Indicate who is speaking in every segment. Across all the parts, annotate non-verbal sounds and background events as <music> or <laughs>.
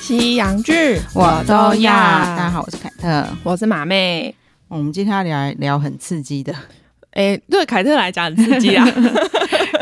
Speaker 1: 西洋剧
Speaker 2: 我都要。大家好，我是凯特。嗯
Speaker 1: 我是马妹。
Speaker 2: 我们今天要聊聊很刺激 <laughs> 的，
Speaker 1: 哎、对凯特来讲很刺激啊！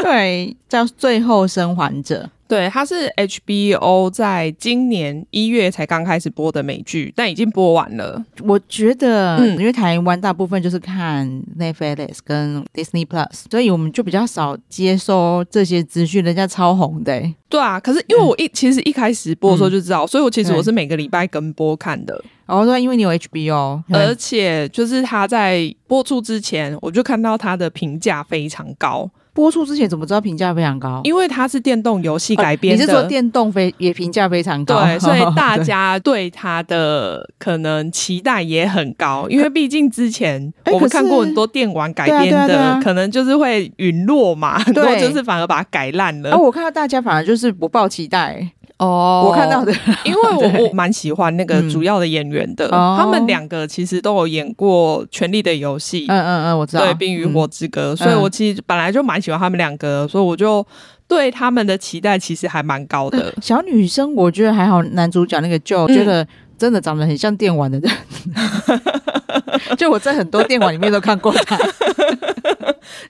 Speaker 2: 对，叫《最后生还者
Speaker 1: 对，它是 HBO 在今年一月才刚开始播的美剧，但已经播完了。》。
Speaker 2: 我觉得，
Speaker 1: 嗯
Speaker 2: 因为台湾大部分就是看 Netflix 跟 Disney Plus，所以我们就比较少接收这些资讯。人家超红的、欸
Speaker 1: 对啊，可是因为我一、其实一开始播的时候就知道，所以我其实
Speaker 2: 对
Speaker 1: 我是每个礼拜跟播看的，
Speaker 2: 然后说因为你有 HBO，
Speaker 1: 而
Speaker 2: 呃，
Speaker 1: 且就是它在播出之前，我就看到它的评价非常高，
Speaker 2: 播出之前怎么知道评价非常高？
Speaker 1: 因为它是电动游戏改编
Speaker 2: 哦你
Speaker 1: 的。
Speaker 2: 是说电动非也评价非常高？
Speaker 1: <laughs> 对，所以大
Speaker 2: <laughs> 对
Speaker 1: 家对他的可能期待也很高，因为毕竟之前
Speaker 2: 哎
Speaker 1: 我
Speaker 2: 可
Speaker 1: 们
Speaker 2: 是
Speaker 1: 看过很多电玩改
Speaker 2: 对啊
Speaker 1: 编
Speaker 2: 对啊对
Speaker 1: 的
Speaker 2: 啊，
Speaker 1: 可能就是会陨落嘛，很多就是反而把它改烂
Speaker 2: 啊，
Speaker 1: 了。
Speaker 2: 我看到大家反而就是不抱期待、
Speaker 1: 哦
Speaker 2: 我看 <laughs> 到。的
Speaker 1: 因为我
Speaker 2: 对
Speaker 1: 我蛮喜欢那个
Speaker 2: 嗯
Speaker 1: 主要的演员的，
Speaker 2: 哦
Speaker 1: 他们两个其实都有演过《权力的游戏》
Speaker 2: 嗯嗯嗯，我知道。
Speaker 1: 对《冰与火之歌》，所以我其实本来就蛮喜欢他们两个，所以我就对他们的期待其实还蛮高的。
Speaker 2: 小女生我觉得还好，男主角那个就、
Speaker 1: 嗯
Speaker 2: 觉得真的长得很像电玩的人， <laughs> 就我在很多电玩里面都看过
Speaker 1: <laughs>
Speaker 2: 他。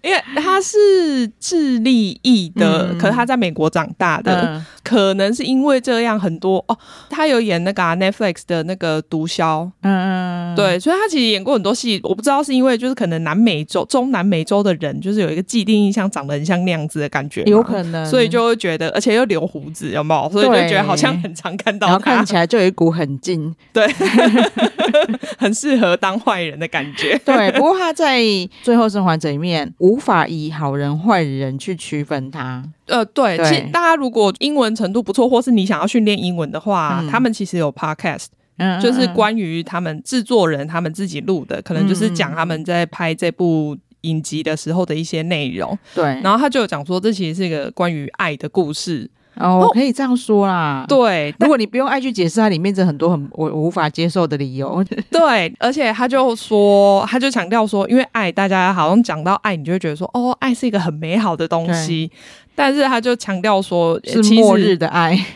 Speaker 1: 因为他是智利裔的，
Speaker 2: 嗯
Speaker 1: 可是他在美国长大的，
Speaker 2: 嗯，
Speaker 1: 可能是因为这样很多哦。他有演那个啊、Netflix 的那个《毒枭》
Speaker 2: 嗯，
Speaker 1: 对，所以他其实演过很多戏。我不知道是因为就是可能南美洲、中南美洲的人就是有一个既定印象，长得很像那样子的感觉嘛，
Speaker 2: 有可能，
Speaker 1: 所以就会觉得，而且又留胡子，有没有？所以就觉得好像很常看
Speaker 2: 然
Speaker 1: 到
Speaker 2: 后
Speaker 1: 他
Speaker 2: 看，起来就有一股很劲。
Speaker 1: <laughs> 很适合当坏人的感
Speaker 2: <laughs>
Speaker 1: 觉。
Speaker 2: 对，不过他在《最后生还者》里面无法以好人坏人去区分他。
Speaker 1: 呃，对，
Speaker 2: 对
Speaker 1: 其实大家如果英文程度不错，或是你想要训练英文的话，
Speaker 2: 嗯
Speaker 1: 他们其实有 podcast。
Speaker 2: 嗯，
Speaker 1: 就是
Speaker 2: 嗯
Speaker 1: 关于他们制作人他们自己录的，可能就是讲他们在拍这部影集的时候的一些内容。
Speaker 2: 对，
Speaker 1: 然后他就有讲说，这其实是一个关于爱的故事。
Speaker 2: 哦，我可以这样说啦。
Speaker 1: 对
Speaker 2: 如果你不用爱去解释它里面这很多很我我无法接受的理由， <laughs>
Speaker 1: 对，而且他就说，他就强调说，因为爱，大家好像讲到爱，你就会觉得说，哦，爱是一个很美好的东西。但是他就强调说，呃
Speaker 2: 是
Speaker 1: 其
Speaker 2: 末
Speaker 1: 实
Speaker 2: 日的爱。
Speaker 1: <laughs>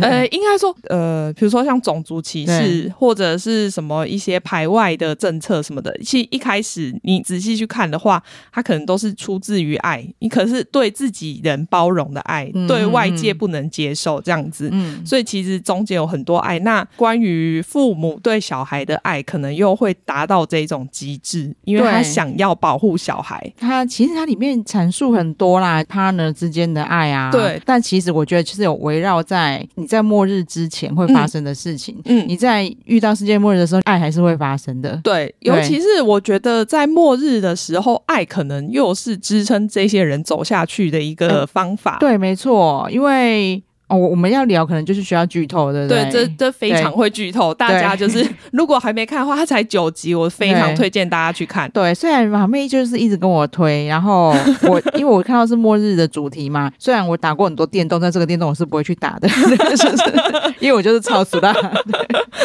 Speaker 1: 呃，
Speaker 2: 嗯
Speaker 1: 应该说，呃，比如说像种族歧视，或者是什么一些排外的政策什么的，其实一开始你仔细去看的话，它可能都是出自于爱，你可是对自己人包容的爱，
Speaker 2: 嗯
Speaker 1: 对外界不能接受这样子。
Speaker 2: 嗯，
Speaker 1: 所以其实中间有很多爱，那关于父母对小孩的爱，可能又会达到这种极致，因为他
Speaker 2: 对
Speaker 1: 想要保护小孩。
Speaker 2: 它其实它里面阐述很多啦，partner 之间的爱啊，
Speaker 1: 对
Speaker 2: 但其实我觉得其实有围绕在你在末日之前会发生的事情，
Speaker 1: 嗯，啊
Speaker 2: 你在遇到世界末日的时候，爱还是会发生的。
Speaker 1: 对，
Speaker 2: 对
Speaker 1: 尤其是我觉得在末日的时候，爱可能又是支撑这些人走下去的一个方
Speaker 2: 哎
Speaker 1: 法。
Speaker 2: 对，没错，因为哦，我我们要聊可能就是需要剧透，对不
Speaker 1: 对，这这非常会剧透，大
Speaker 2: <laughs>
Speaker 1: 家就是如果还没看的话，它才九集，我非常
Speaker 2: 对
Speaker 1: 推荐大家去看。
Speaker 2: 对，虽然马妹就是一直跟我推，然后
Speaker 1: <laughs>
Speaker 2: 我因为我看到是末日的主题嘛，虽然我打过很多电动，但这个电动我是不会去打的， <laughs> 就是因为我就是超熟啦。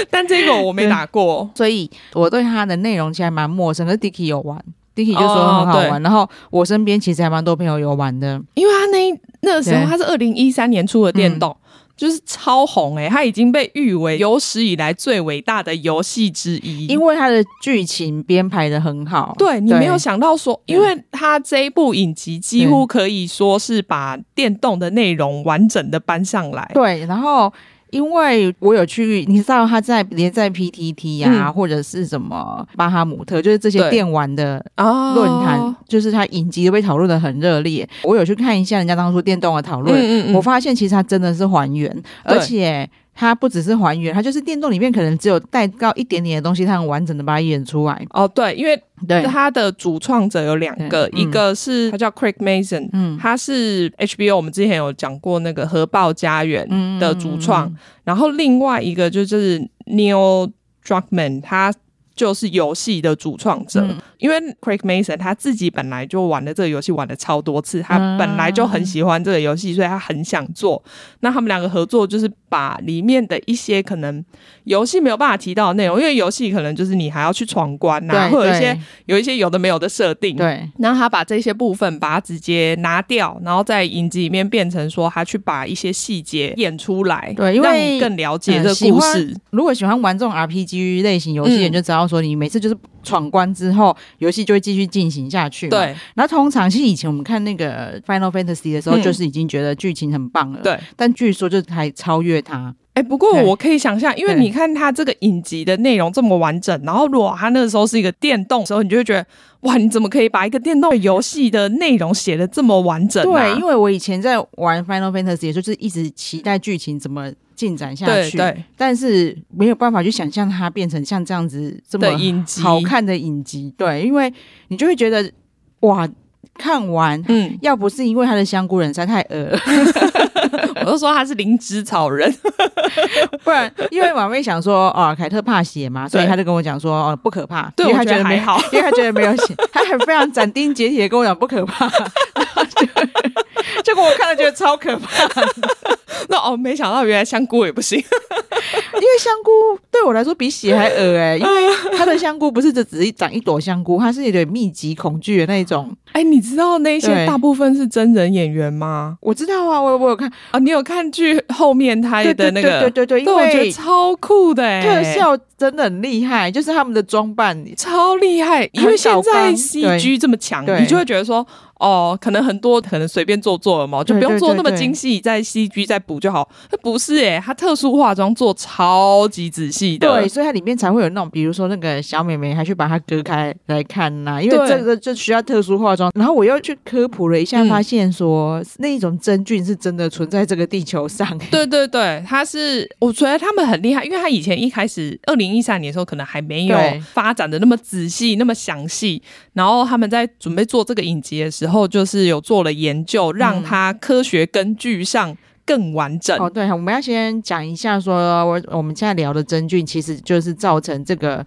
Speaker 1: 但这个我没打过，
Speaker 2: 所以我对它的内容其实还蛮陌生。可是 Dicky 有玩，Dicky 就
Speaker 1: 哦
Speaker 2: 说很好玩。
Speaker 1: 对嗯
Speaker 2: 然后我身边其实还蛮多朋友有玩的，
Speaker 1: 因为它那那个时候
Speaker 2: 对嗯
Speaker 1: 它是二零一三年出的电动。就是超红诶、欸，它已经被誉为有史以来最伟大的游戏之一。
Speaker 2: 因为它的剧情编排的很好。
Speaker 1: 对你没有想到说，
Speaker 2: 对
Speaker 1: 因为他这一部影集几乎可以说是把电动的内容完整的搬上来。
Speaker 2: 对，然后。因为我有去，你知道他在连在 PTT 呀、啊或者是什么巴哈姆特，就是这些
Speaker 1: 嗯对
Speaker 2: 电玩的
Speaker 1: 啊
Speaker 2: 论坛，就是它影集都被讨论的很热烈。我有去看一下人家当初电动的讨论，
Speaker 1: 嗯嗯嗯
Speaker 2: 我发现其实它真的是还原，
Speaker 1: 对
Speaker 2: 而且它不只是还原，它就是电动里面可能只有带到一点点的东西，它很完整的把它演出来。
Speaker 1: 哦，对，因为
Speaker 2: 对，
Speaker 1: 他的主创者有两个，
Speaker 2: 对嗯
Speaker 1: 一个是他叫 Craig Mason，、
Speaker 2: 嗯
Speaker 1: 他是 HBO 我们之前有讲过那个《核爆家园》
Speaker 2: 嗯
Speaker 1: 的主创，然后另外一个就是 Neil Druckmann，他。就是游戏的主创者，
Speaker 2: 嗯
Speaker 1: 因为 Craig Mason 他自己本来就玩的这个游戏玩的超多次，他本来就很喜欢这个游
Speaker 2: 嗯
Speaker 1: 戏，所以他很想做。那他们两个合作，就是把里面的一些可能游戏没有办法提到的内容，因为游戏可能就是你还要去闯关呐、啊，
Speaker 2: 对
Speaker 1: 会有一
Speaker 2: 对
Speaker 1: 些有一些有的没有的设定，
Speaker 2: 对，
Speaker 1: 然后他把这些部分把它直接拿掉，然后在影集里面变成说他去把一些细节演出来，
Speaker 2: 对因为
Speaker 1: 让你更了解
Speaker 2: 嗯
Speaker 1: 这个
Speaker 2: 喜
Speaker 1: 故
Speaker 2: 欢
Speaker 1: 事。
Speaker 2: 如果喜欢玩这种 RPG 类型游戏，
Speaker 1: 嗯
Speaker 2: 你就知道说，你每次就是闯关之后，游戏就会继续进行下去。。
Speaker 1: 对
Speaker 2: 然后通常其实以前我们看那个 Final Fantasy 的时候，
Speaker 1: 嗯
Speaker 2: 就是已经觉得剧情很棒了。。
Speaker 1: 对，
Speaker 2: 但据说就还超越它。
Speaker 1: 哎，不过
Speaker 2: 嗯对
Speaker 1: 我可以想象，因为
Speaker 2: 对
Speaker 1: 你看他这个影集的内容这么完整，然后如果他那个时候是一个电动的时候，你就会觉得哇，你怎么可以把一个电动游戏的内容写的这么完整、啊？
Speaker 2: 对，因为我以前在玩 Final Fantasy 的时候，就是一直期待剧情怎么进展下
Speaker 1: 对
Speaker 2: 去，
Speaker 1: 对
Speaker 2: 但是没有办法去想象它变成像这样子这么
Speaker 1: 的影集
Speaker 2: 好，看的影集。对，因为你就会觉得哇，看完。
Speaker 1: 嗯， <laughs>
Speaker 2: 要不是因为它的香菇人实在太恶了， <laughs>
Speaker 1: 我都说他是灵芝草人， <laughs>
Speaker 2: 不然因为马妹想说哦，凯特怕血嘛，所以
Speaker 1: 对
Speaker 2: 他就跟我讲说哦不可怕，
Speaker 1: 对
Speaker 2: 因为
Speaker 1: 我
Speaker 2: 他
Speaker 1: 觉
Speaker 2: 得
Speaker 1: 得还
Speaker 2: 没
Speaker 1: 好，
Speaker 2: 因为他觉得没有
Speaker 1: <laughs>
Speaker 2: 血，他还非常斩钉截铁地跟我讲不可怕， <laughs> 然后就结果我看了觉得超可怕，
Speaker 1: 那哦，没想到原来香菇也不行，
Speaker 2: 因为香菇对我来说比血还恶哎、因为它的香菇不是只只长一朵香菇，它是有点密集恐惧的那一种。
Speaker 1: 哎、你知道那些
Speaker 2: 对
Speaker 1: 大部分是真人演员吗？
Speaker 2: 我知道啊，我我有看，
Speaker 1: 啊，你有看剧后面他
Speaker 2: 对
Speaker 1: 的
Speaker 2: 对
Speaker 1: 哎那
Speaker 2: 对
Speaker 1: 个？
Speaker 2: 对对对，因
Speaker 1: 我觉得欸
Speaker 2: 为
Speaker 1: 超酷的、欸，
Speaker 2: 特效真的很厉害，就是他们的装扮。
Speaker 1: 超厉害。因为现在 CG 这么强，
Speaker 2: 对
Speaker 1: 你就会觉得说，哦，可能很多可能随便做做了嘛，就不用
Speaker 2: 对对
Speaker 1: 做那么
Speaker 2: 对对
Speaker 1: 精细，在 CG 再补就好。那不是哎、他特殊化妆做超级仔细的，
Speaker 2: 对，所以它里面才会有那种，比如说那个小美眉还去把它割开来看呐、因为
Speaker 1: 对
Speaker 2: 这个就需要特殊化妆。然后我又去科普了一下，
Speaker 1: 嗯
Speaker 2: 发现说、那一种真菌是真的存在这个地球上、
Speaker 1: 对对对，他是我觉得他们很厉害，因为他以前一开始二零一三年的时候，可能还没有
Speaker 2: 对
Speaker 1: 发展的那么仔细、那么详细。然后他们在准备做这个影集的时候，就是有做了研究，让它科学根据上更完整。
Speaker 2: 嗯哦，对，我们要先讲一下说，我我们现在聊的真菌其实就是造成这个《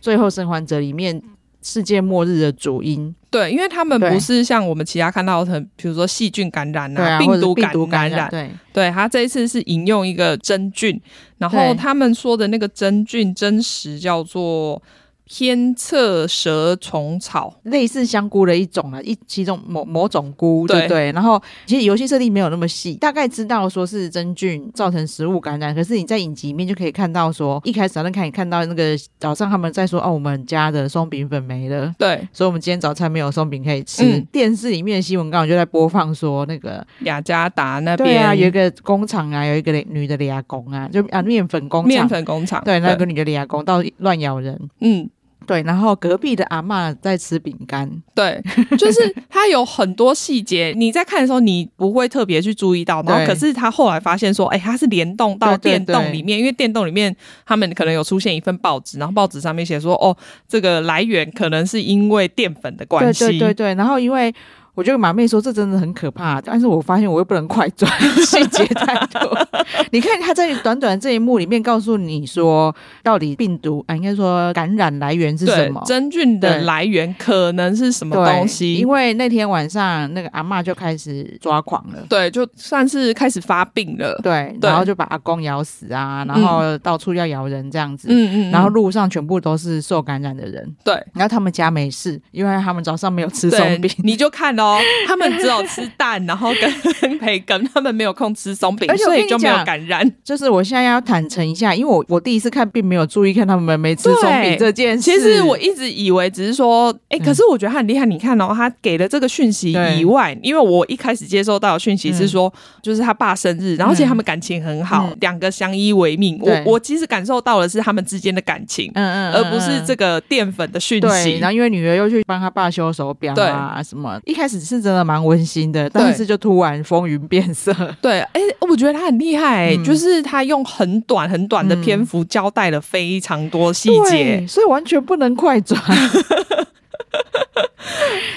Speaker 2: 最后生还者》里面世界末日的主因，
Speaker 1: 对，因为他们
Speaker 2: 对
Speaker 1: 不是像我们其他看到的，比如说细菌感染
Speaker 2: 对啊，或
Speaker 1: 病
Speaker 2: 者是
Speaker 1: 毒
Speaker 2: 病毒
Speaker 1: 感
Speaker 2: 感染，对，
Speaker 1: 对他这一次是引用一个真菌，然后
Speaker 2: 对
Speaker 1: 他们说的那个真菌真实叫做偏侧蛇虫草。
Speaker 2: 类似香菇的一种啊，一其中某某种菇，对
Speaker 1: 对
Speaker 2: 不对？然后其实游戏设定没有那么细，大概知道说是真菌造成食物感染，可是你在影集里面就可以看到说，一开始好像看你看到那个早上他们在说，哦，我们家的松饼粉没了。
Speaker 1: 对，
Speaker 2: 所以我们今天早餐没有松饼可以吃。
Speaker 1: 嗯
Speaker 2: 电视里面的新闻刚好就在播放说，那个
Speaker 1: 雅加达那边
Speaker 2: 对啊，有一个工厂啊，有一个女的俩工啊，就啊面粉工厂，
Speaker 1: 面粉工厂，
Speaker 2: 对，那个女的俩工到乱咬人，
Speaker 1: 嗯。
Speaker 2: 对，然后隔壁的阿嬷在吃饼干，
Speaker 1: 对， <laughs> 就是它有很多细节，你在看的时候你不会特别去注意到，然后
Speaker 2: 对
Speaker 1: 可是他后来发现说，哎、它是联动到
Speaker 2: 对对
Speaker 1: 电动里面，因为电动里面他们可能有出现一份报纸，然后报纸上面写说，哦，这个来源可能是因为淀粉的关
Speaker 2: 对
Speaker 1: 系，
Speaker 2: 对对对，然后因为。我就跟马妹说这真的很可怕，但是我发现我又不能快转，细节太
Speaker 1: <laughs>
Speaker 2: 多。你看她在短短这一幕里面告诉你说，到底病毒啊，应该说感染来源是什
Speaker 1: 对
Speaker 2: 么？
Speaker 1: 真菌的
Speaker 2: 对
Speaker 1: 来源可能是什么
Speaker 2: 对
Speaker 1: 东西？
Speaker 2: 因为那天晚上那个阿嬷就开始抓狂了。
Speaker 1: 对，就算是开始发病了，
Speaker 2: 对，
Speaker 1: 对嗯
Speaker 2: 然后就把阿公咬死啊，然后到处要咬人这样子，
Speaker 1: 嗯嗯，
Speaker 2: 然后
Speaker 1: 嗯
Speaker 2: 路上全部都是受感染的人。
Speaker 1: 对，
Speaker 2: 然后他们家没事，因为他们早上没有吃
Speaker 1: 对
Speaker 2: 松饼，
Speaker 1: 你就看哦， <laughs> 他们只有吃蛋，然后跟 <laughs> 培根，他们没有空吃松饼
Speaker 2: 而，且我
Speaker 1: 所
Speaker 2: 跟
Speaker 1: 以
Speaker 2: 你
Speaker 1: 就没有
Speaker 2: 讲
Speaker 1: 感染。
Speaker 2: 就是我现在要坦诚一下，因为我我第一次看并没有注意看他们没吃松
Speaker 1: 对
Speaker 2: 饼这件事。
Speaker 1: 其实我一直以为只是说，哎、
Speaker 2: 嗯
Speaker 1: 可是我觉得他很厉害。你看哦，他给了这个讯息
Speaker 2: 对
Speaker 1: 以外，因为我一开始接收到的讯息是
Speaker 2: 嗯
Speaker 1: 说，就是他爸生日，然后
Speaker 2: 嗯
Speaker 1: 而且他们感情很好，
Speaker 2: 嗯
Speaker 1: 两、个相依为命。我
Speaker 2: 对
Speaker 1: 我其实感受到的是他们之间的感情，
Speaker 2: 嗯嗯，嗯
Speaker 1: 而不是这个淀粉的讯
Speaker 2: 对，
Speaker 1: 息
Speaker 2: 然。后因为女儿又去帮他爸修手表啊什么，一开始是真的蛮温馨的，但是就突然风云变色。
Speaker 1: 对，哎、我觉得他很厉害、
Speaker 2: 嗯
Speaker 1: 就是他用很短很短的
Speaker 2: 嗯
Speaker 1: 篇幅交代了非常多细节。
Speaker 2: 对所以完全不能快转。 <laughs>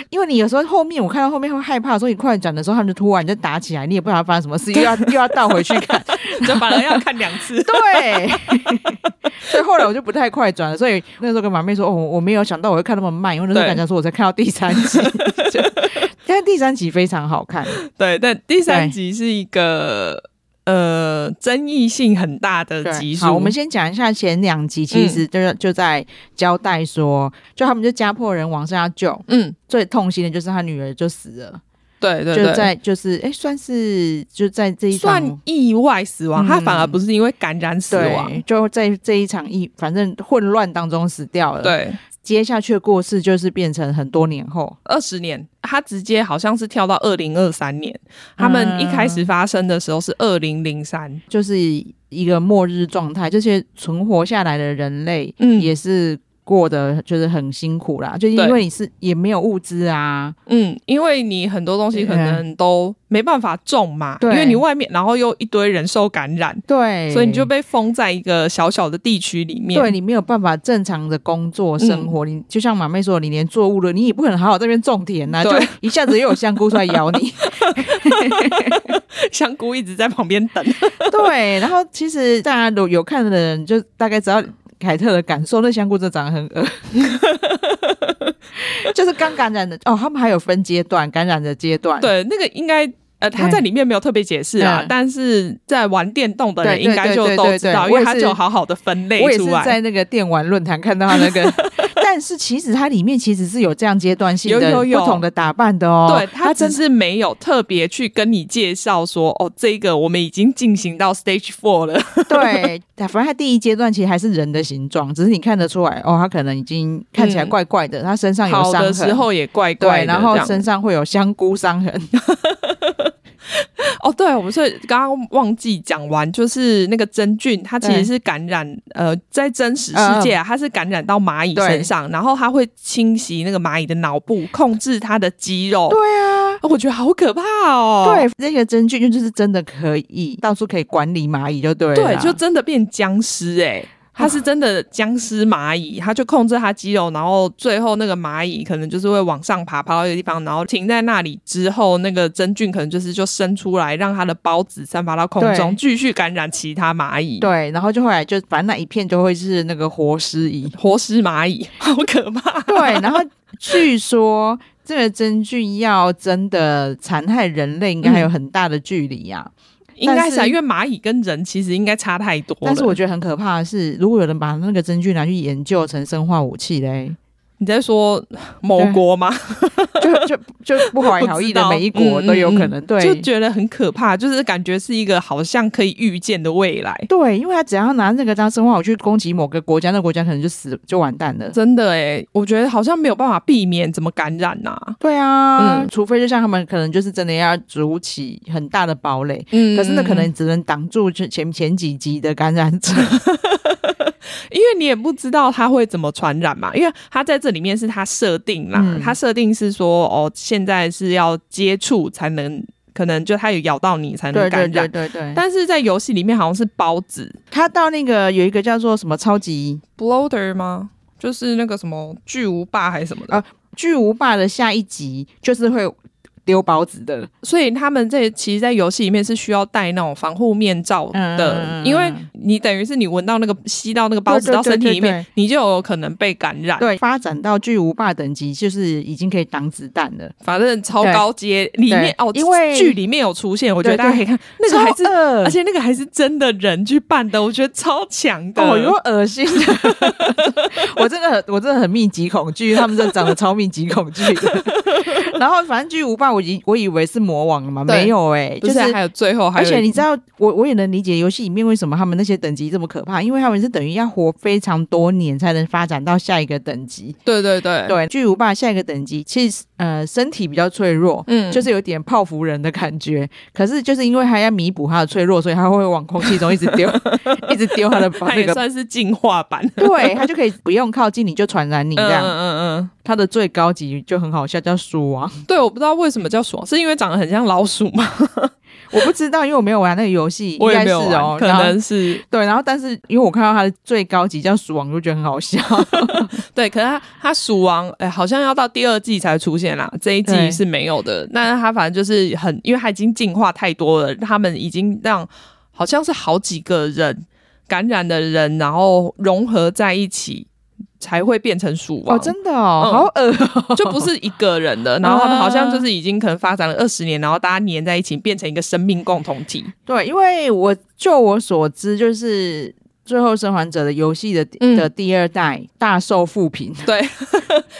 Speaker 2: 因为你有时候后面我看到后面会害怕的时候，你快转的时候，他们就突然就打起来，你也不
Speaker 1: <laughs>
Speaker 2: 知道发生什么事，又要又要倒回去看。。
Speaker 1: 就反而要看两次
Speaker 2: 对，所以后来我就不太快转了。所以那时候跟马妹说：“哦，我没有想到我会看那么慢，因为那时候
Speaker 1: 对
Speaker 2: 感觉说我才看到第三
Speaker 1: <laughs>
Speaker 2: 集，就但是第三集非常好看。
Speaker 1: <laughs> 对，但第三
Speaker 2: 对
Speaker 1: 集是一个呃争议性很大的集
Speaker 2: 对，
Speaker 1: 数。
Speaker 2: 好，我们先讲一下前两集，其实
Speaker 1: 嗯
Speaker 2: 就是、就在交代说，就他们就家破人亡，剩下救，
Speaker 1: 嗯，
Speaker 2: 最痛心的就是他女儿就死了，
Speaker 1: 对对对，
Speaker 2: 就在就是哎、算是就在这一场
Speaker 1: 算意外死亡，
Speaker 2: 嗯
Speaker 1: 他反而不是因为感染死亡
Speaker 2: 对，。就在这一场一反正混乱当中死掉了。，
Speaker 1: 对，
Speaker 2: 接下去的故事就是变成很多年后，
Speaker 1: 二十年，他直接好像是跳到二零二三年。
Speaker 2: 嗯
Speaker 1: 他们一开始发生的时候是二零零三，
Speaker 2: 就是一个末日状态，这些存活下来的人类
Speaker 1: 嗯
Speaker 2: 也是。过得就是很辛苦啦，就是因
Speaker 1: 对
Speaker 2: 为你是也没有物资啊，
Speaker 1: 嗯，因为你很多东西可能都没办法种嘛，
Speaker 2: 嗯对
Speaker 1: 因为你外面然后又一堆人受感染，
Speaker 2: 对，
Speaker 1: 所以你就被封在一个小小的地区里面。
Speaker 2: 对你没有办法正常的工作
Speaker 1: 嗯
Speaker 2: 生活，你就像马妹说的，你连作物了，你也不可能好好在那边种田呐、
Speaker 1: 对
Speaker 2: 就一下子又有香菇出来咬你。
Speaker 1: 香菇一直在旁边等。
Speaker 2: 对，然后其实大家都有看的人，就大概知道凯特的感受，那香菇真的长得很恶， <laughs> 就是刚感染的哦，他们还有分阶段感染的阶段，
Speaker 1: <laughs> 对，那个应该。呃，他
Speaker 2: 对
Speaker 1: 在里面没有特别解释啊
Speaker 2: 嗯，
Speaker 1: 但是在玩电动的人
Speaker 2: 对
Speaker 1: 应该就
Speaker 2: 对对
Speaker 1: 都
Speaker 2: 对
Speaker 1: 知
Speaker 2: 对
Speaker 1: 道，
Speaker 2: 我
Speaker 1: 因为
Speaker 2: 也
Speaker 1: 他
Speaker 2: 是
Speaker 1: 就好好的分类
Speaker 2: 我也是
Speaker 1: 出来。
Speaker 2: 在那个电玩论坛看到他那
Speaker 1: <laughs>
Speaker 2: 个，但是其实它里面其实是有这样阶段性的
Speaker 1: 有有有
Speaker 2: 不同的打扮的哦，
Speaker 1: 对他
Speaker 2: 它真
Speaker 1: 只是没有特别去跟你介绍说，哦，这个我们已经进行到 stage four 了。
Speaker 2: 对，反正它第一阶段其实还是人的形状，只是你看得出来哦，它可能已经看起来怪怪的，它身上有
Speaker 1: 嗯好
Speaker 2: 伤痕。
Speaker 1: 的时候也怪怪
Speaker 2: 对，
Speaker 1: 的，
Speaker 2: 然后
Speaker 1: 这样
Speaker 2: 身上会有香菇伤痕，
Speaker 1: 哦，对，我们所以刚刚忘记讲完，就是那个真菌，它其
Speaker 2: 对嗯
Speaker 1: 实是感染，呃，在真实世界、啊，它是感染到蚂蚁
Speaker 2: 对
Speaker 1: 身上，然后它会侵袭那个蚂蚁的脑部，控制它的肌肉。
Speaker 2: 对啊，
Speaker 1: 哦我觉得好可怕哦。
Speaker 2: 对，那个真菌就是真的可以到处可以管理蚂蚁，就对了，啊
Speaker 1: 对，就真的变僵尸哎、它是真的僵尸蚂蚁，它就控制它肌肉，然后最后那个蚂蚁可能就是会往上爬，爬到一个地方，然后停在那里之后，那个真菌可能就是就伸出来，让它的孢子散发到空中，
Speaker 2: 对
Speaker 1: 继续感染其他蚂蚁。，
Speaker 2: 对，然后就后来就反正那一片就会是那个活尸蚁，
Speaker 1: 活尸蚂蚁， <laughs> 好可怕。
Speaker 2: 对，然
Speaker 1: <laughs>
Speaker 2: 后据说这个真菌要真的残害人类，应该还有
Speaker 1: 嗯
Speaker 2: 很大的距离呀、
Speaker 1: 应该是啊，
Speaker 2: 但是
Speaker 1: 因为蚂蚁跟人其实应该差太多了。
Speaker 2: 但是我觉得很可怕的是，如果有人把那个真菌拿去研究成生化武器嘞，
Speaker 1: 你在说某
Speaker 2: 对
Speaker 1: 国吗？
Speaker 2: 就就就不怀好意的每一国都有可能。
Speaker 1: 嗯就
Speaker 2: 对
Speaker 1: 觉得很可怕，就是感觉是一个好像可以预见的未来。
Speaker 2: 对，因为他只要拿那个当生化武器攻击某个国家，那个国家可能就死就完蛋了。
Speaker 1: 真的哎、我觉得好像没有办法避免怎么感染呐、
Speaker 2: 对啊，
Speaker 1: 嗯
Speaker 2: 除非就像他们可能就是真的要筑起很大的堡垒。
Speaker 1: 嗯
Speaker 2: 可是那可能只能挡住就前前几集的感染者，
Speaker 1: 因为你也不知道它会怎么传染嘛，因为它在这里面是它设定啦，
Speaker 2: 嗯
Speaker 1: 它设定是说哦，现在是要接触才能，可能就它有咬到你才能
Speaker 2: <laughs> 对
Speaker 1: 感
Speaker 2: 对
Speaker 1: 染。
Speaker 2: 对对对。但
Speaker 1: 但是在游戏里面好像是孢子
Speaker 2: 他到那个有一个叫做什么超级
Speaker 1: bloater 吗？就是那个什么巨无霸还是什么的，
Speaker 2: 啊巨无霸的下一集，就是会丢孢子的，
Speaker 1: 所以他们这其实，在游戏里面是需要戴那种防护面罩的，
Speaker 2: 嗯
Speaker 1: 因为你等于是你闻到那个吸到那个孢子
Speaker 2: 对对
Speaker 1: 到身体里面，
Speaker 2: 对对对
Speaker 1: 你就有可能被感染。
Speaker 2: 对，发展到巨无霸等级，就是已经可以挡子弹了。
Speaker 1: 反正超高阶里面哦，
Speaker 2: 因为
Speaker 1: 剧里面有出现，我觉得
Speaker 2: 对对
Speaker 1: 大家可以看那个还是，
Speaker 2: 而
Speaker 1: 而且那个还是真的人去办的，我觉得超强的。
Speaker 2: <laughs> 哦，有恶心的，我真的很我真的很密集恐惧，他们这长得超密集恐惧
Speaker 1: <laughs>
Speaker 2: 的。然后反正巨无霸，我以我以为是魔王了嘛，
Speaker 1: 对
Speaker 2: 没有哎、
Speaker 1: 不
Speaker 2: 就是是。
Speaker 1: 还有最后还
Speaker 2: 而
Speaker 1: 有，
Speaker 2: 且你知道，我我也能理解游戏里面为什么他们那些等级这么可怕，因为他们是等于要活非常多年才能发展到下一个等级。
Speaker 1: 对对对，
Speaker 2: 对，巨无霸下一个等级其实呃身体比较脆弱，
Speaker 1: 嗯，
Speaker 2: 就是有点泡芙人的感觉。可是就是因为他要弥补他的脆弱，所以他会往空气中一直
Speaker 1: <laughs>
Speaker 2: 丢，一直丢他的
Speaker 1: 它
Speaker 2: 那
Speaker 1: 也
Speaker 2: 个
Speaker 1: 算是进化版。 <laughs>
Speaker 2: 对他就可以不用靠近你就传染你
Speaker 1: 嗯
Speaker 2: 这
Speaker 1: 嗯
Speaker 2: 样。
Speaker 1: 嗯
Speaker 2: 他的最高级就很好笑，叫鼠王。 <laughs>
Speaker 1: 嗯，对，我不知道为什么叫爽，是因为长得很像老鼠吗？
Speaker 2: 我不知道，因为我没有玩那个游戏， <laughs> 应
Speaker 1: 我也
Speaker 2: 该是
Speaker 1: 没有玩
Speaker 2: 哦，
Speaker 1: 可
Speaker 2: 然后
Speaker 1: 能
Speaker 2: <laughs>
Speaker 1: 是
Speaker 2: 对。然后但是因为我看到他的最高级叫鼠王，我就觉得很好
Speaker 1: <laughs>
Speaker 2: 笑。
Speaker 1: 对，可是他他鼠王，哎、好像要到第二季才出现啦，这一季
Speaker 2: 对
Speaker 1: 是没有的。那他反正就是很，因为他已经进化太多了，他们已经让好像是好几个人感染的人，然后融合在一起，才会变成鼠王。
Speaker 2: 哦，真的哦，
Speaker 1: 嗯
Speaker 2: 好恶、哦，啊
Speaker 1: 就不是一个人
Speaker 2: <laughs>
Speaker 1: 的，然后他们好像就是已经可能发展了二十年，然后大家粘在一起，变成一个生命共同体。
Speaker 2: 对，因为我就我所知，就是《最后生还者》的游戏的、
Speaker 1: 嗯
Speaker 2: 的第二代大受负评，
Speaker 1: 对，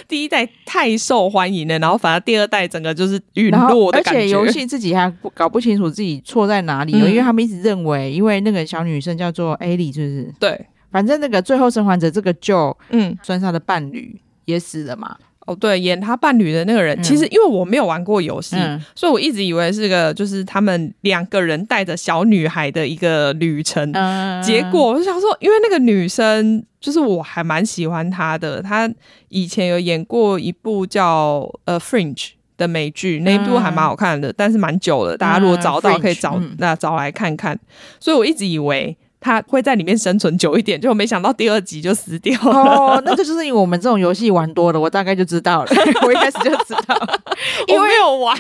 Speaker 1: 第一代太受欢迎了，然后反而第二代整个就是陨
Speaker 2: 然后
Speaker 1: 落的
Speaker 2: 而
Speaker 1: 感
Speaker 2: 且
Speaker 1: 觉。
Speaker 2: 游戏自己还不搞不清楚自己错在哪里，
Speaker 1: 嗯
Speaker 2: 因为他们一直认为，因为那个小女生叫做艾莉，是不是？
Speaker 1: <laughs> 对，
Speaker 2: 反正那个《最后生还者》这个就
Speaker 1: 嗯，
Speaker 2: 算是他的伴侣也死了嘛，
Speaker 1: 哦，对，演他伴侣的那个人，
Speaker 2: 嗯
Speaker 1: 其实因为我没有玩过游戏，
Speaker 2: 嗯，
Speaker 1: 所以我一直以为是个就是他们两个人带着小女孩的一个旅程。
Speaker 2: 嗯
Speaker 1: 结果我就想说，因为那个女生就是我还蛮喜欢她的，她以前有演过一部叫《呃 Fringe》的美剧，那一部还蛮好看的，但是蛮久了，大家如果找到
Speaker 2: Fringe，
Speaker 1: 可以找
Speaker 2: 嗯
Speaker 1: 那找来看看。所以我一直以为她会在里面生存久一点，就没想到第二集就死掉 <laughs> 了。
Speaker 2: 哦，那个就是因为我们这种游戏玩多了，我大概就知道了， <laughs> 我一开始就知道，
Speaker 1: <laughs>
Speaker 2: 因为
Speaker 1: 我没有玩，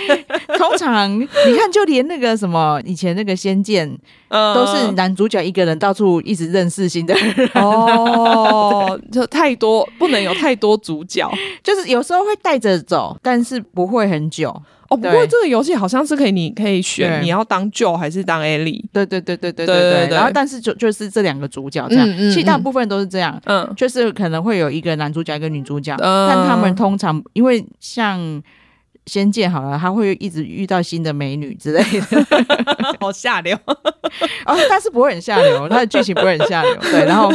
Speaker 2: 通常你看，就连那个什么以前那个《仙剑》，
Speaker 1: 嗯
Speaker 2: 都是男主角一个人到处一直认识新的人，
Speaker 1: 哦，就太多不能有太多主角。
Speaker 2: 就是有时候会带着走，但是不会很久。
Speaker 1: 哦，不过
Speaker 2: 对
Speaker 1: 这个游戏好像是可以，你可以选
Speaker 2: 对
Speaker 1: 你要当 Joe 还是当 Ellie。
Speaker 2: 对对对对对
Speaker 1: 对对对
Speaker 2: 然后但是就就是这两个主角这样，
Speaker 1: 嗯嗯
Speaker 2: 其实大
Speaker 1: 嗯
Speaker 2: 部分都是这样。
Speaker 1: 嗯，
Speaker 2: 就是可能会有一个男主角，一个女主角，
Speaker 1: 嗯
Speaker 2: 但他们通常因为像《仙剑》好了，他会一直遇到新的美女之类的，
Speaker 1: <laughs>
Speaker 2: <laughs>
Speaker 1: 好下流。
Speaker 2: 哦，但是不会很下流，
Speaker 1: <laughs>
Speaker 2: 它的剧情不会很下流。对，然后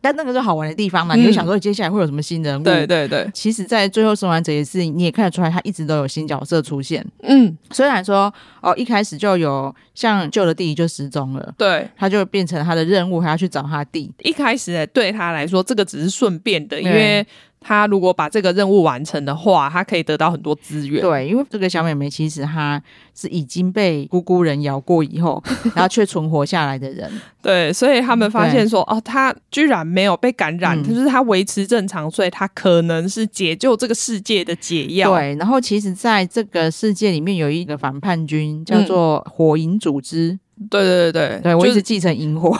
Speaker 2: 但那个是好玩的地方嘛，你就
Speaker 1: 嗯
Speaker 2: 想说接下来会有什么新人物？
Speaker 1: <laughs> 对对对，
Speaker 2: 其实，在最后生还者也是，你也看得出来，他一直都有新角色出现。
Speaker 1: 嗯，
Speaker 2: 虽然说，哦，一开始就有像旧的弟弟就失踪了，
Speaker 1: 对。
Speaker 2: 他就变成他的任务，还要去找他弟。
Speaker 1: 一开始对他来说，这个只是顺便的，
Speaker 2: 对
Speaker 1: 因为他如果把这个任务完成的话，他可以得到很多资源。
Speaker 2: 对，因为这个小美眉其实她是已经被咕咕人咬过以 <laughs> 后，然后却存活下来的人。
Speaker 1: 对，所以他们发现说，哦，他居然没有被感染，
Speaker 2: 嗯
Speaker 1: 就是他维持正常，所以他可能是解救这个世界的解药。，
Speaker 2: 对，然后其实在这个世界里面有一个反叛军叫做火影组织，
Speaker 1: 对对对
Speaker 2: 对我
Speaker 1: 就
Speaker 2: 一直
Speaker 1: 是
Speaker 2: 继承萤火，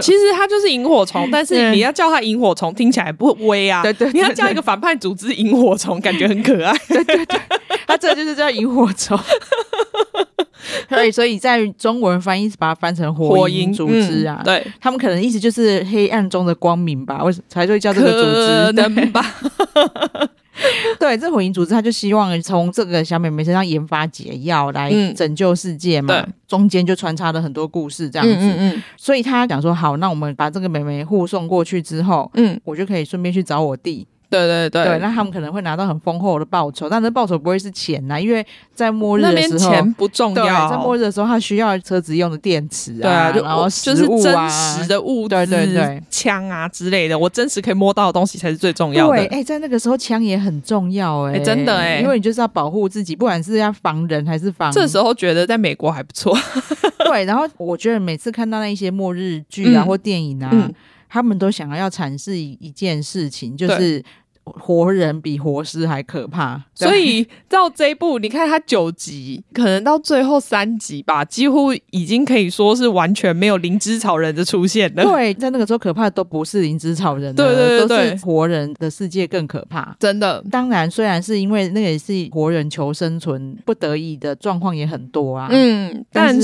Speaker 1: 其实它就是萤
Speaker 2: <laughs>
Speaker 1: 火虫，但是
Speaker 2: 对
Speaker 1: 你要叫它萤火虫，听起来不
Speaker 2: <laughs>
Speaker 1: 威啊。
Speaker 2: 对对对
Speaker 1: 你要叫一个反派组织萤火虫，感觉很可爱。
Speaker 2: 它这就是叫萤火 <laughs> 虫。所以，所以在中文翻译是把它翻成火影组织啊
Speaker 1: 嗯，对，
Speaker 2: 他们可能意思就是黑暗中的光明吧，为什才会叫这个
Speaker 1: 可
Speaker 2: 组织？
Speaker 1: 能吧。
Speaker 2: 对，这火影组织他就希望从这个小美眉身上研发解药来
Speaker 1: 嗯
Speaker 2: 拯救世界嘛，
Speaker 1: 对
Speaker 2: 中间就穿插了很多故事这样子，
Speaker 1: 嗯
Speaker 2: 所以他讲说好，那我们把这个美眉护送过去之后。
Speaker 1: 嗯，
Speaker 2: 我就可以顺便去找我弟，
Speaker 1: 对对对。
Speaker 2: 对，那他们可能会拿到很丰厚的报酬，但是报酬不会是钱呐、因为在末日
Speaker 1: 那
Speaker 2: 的
Speaker 1: 边
Speaker 2: 时候，
Speaker 1: 钱不重
Speaker 2: 对，在
Speaker 1: 要
Speaker 2: 末。日的时候，他需要车子用的电池
Speaker 1: 对啊，就
Speaker 2: 然后
Speaker 1: 我
Speaker 2: 食
Speaker 1: 就是
Speaker 2: 物
Speaker 1: 真
Speaker 2: 啊
Speaker 1: 实的物资、
Speaker 2: 对对对
Speaker 1: 枪啊之类的，我真实可以摸到的东西才是最重要
Speaker 2: 对，
Speaker 1: 的。
Speaker 2: 哎、在那个时候枪也很重要、哎、
Speaker 1: 哎真的哎
Speaker 2: 因为你就是要保护自己，不管是要防人还是防。
Speaker 1: 这时候觉得在美国还不错。
Speaker 2: 候对，然后我觉得每次看到那一些末日剧啊、
Speaker 1: 嗯
Speaker 2: 或电影啊，
Speaker 1: 嗯
Speaker 2: 他们都想要阐释一一件事情，就是活人比活尸还可怕。对
Speaker 1: 所以到这一步，你看它九集，可能到最后三集吧，几乎已经可以说是完全没有灵芝草人的出现了。
Speaker 2: 对，在那个时候可怕的都不是灵芝草人了，
Speaker 1: 对对对对
Speaker 2: 都是活人的世界更可怕。
Speaker 1: 真的，
Speaker 2: 当然，虽然是因为那个也是活人求生存，不得已的状况也很多啊。，
Speaker 1: 嗯，
Speaker 2: 但
Speaker 1: 但
Speaker 2: 是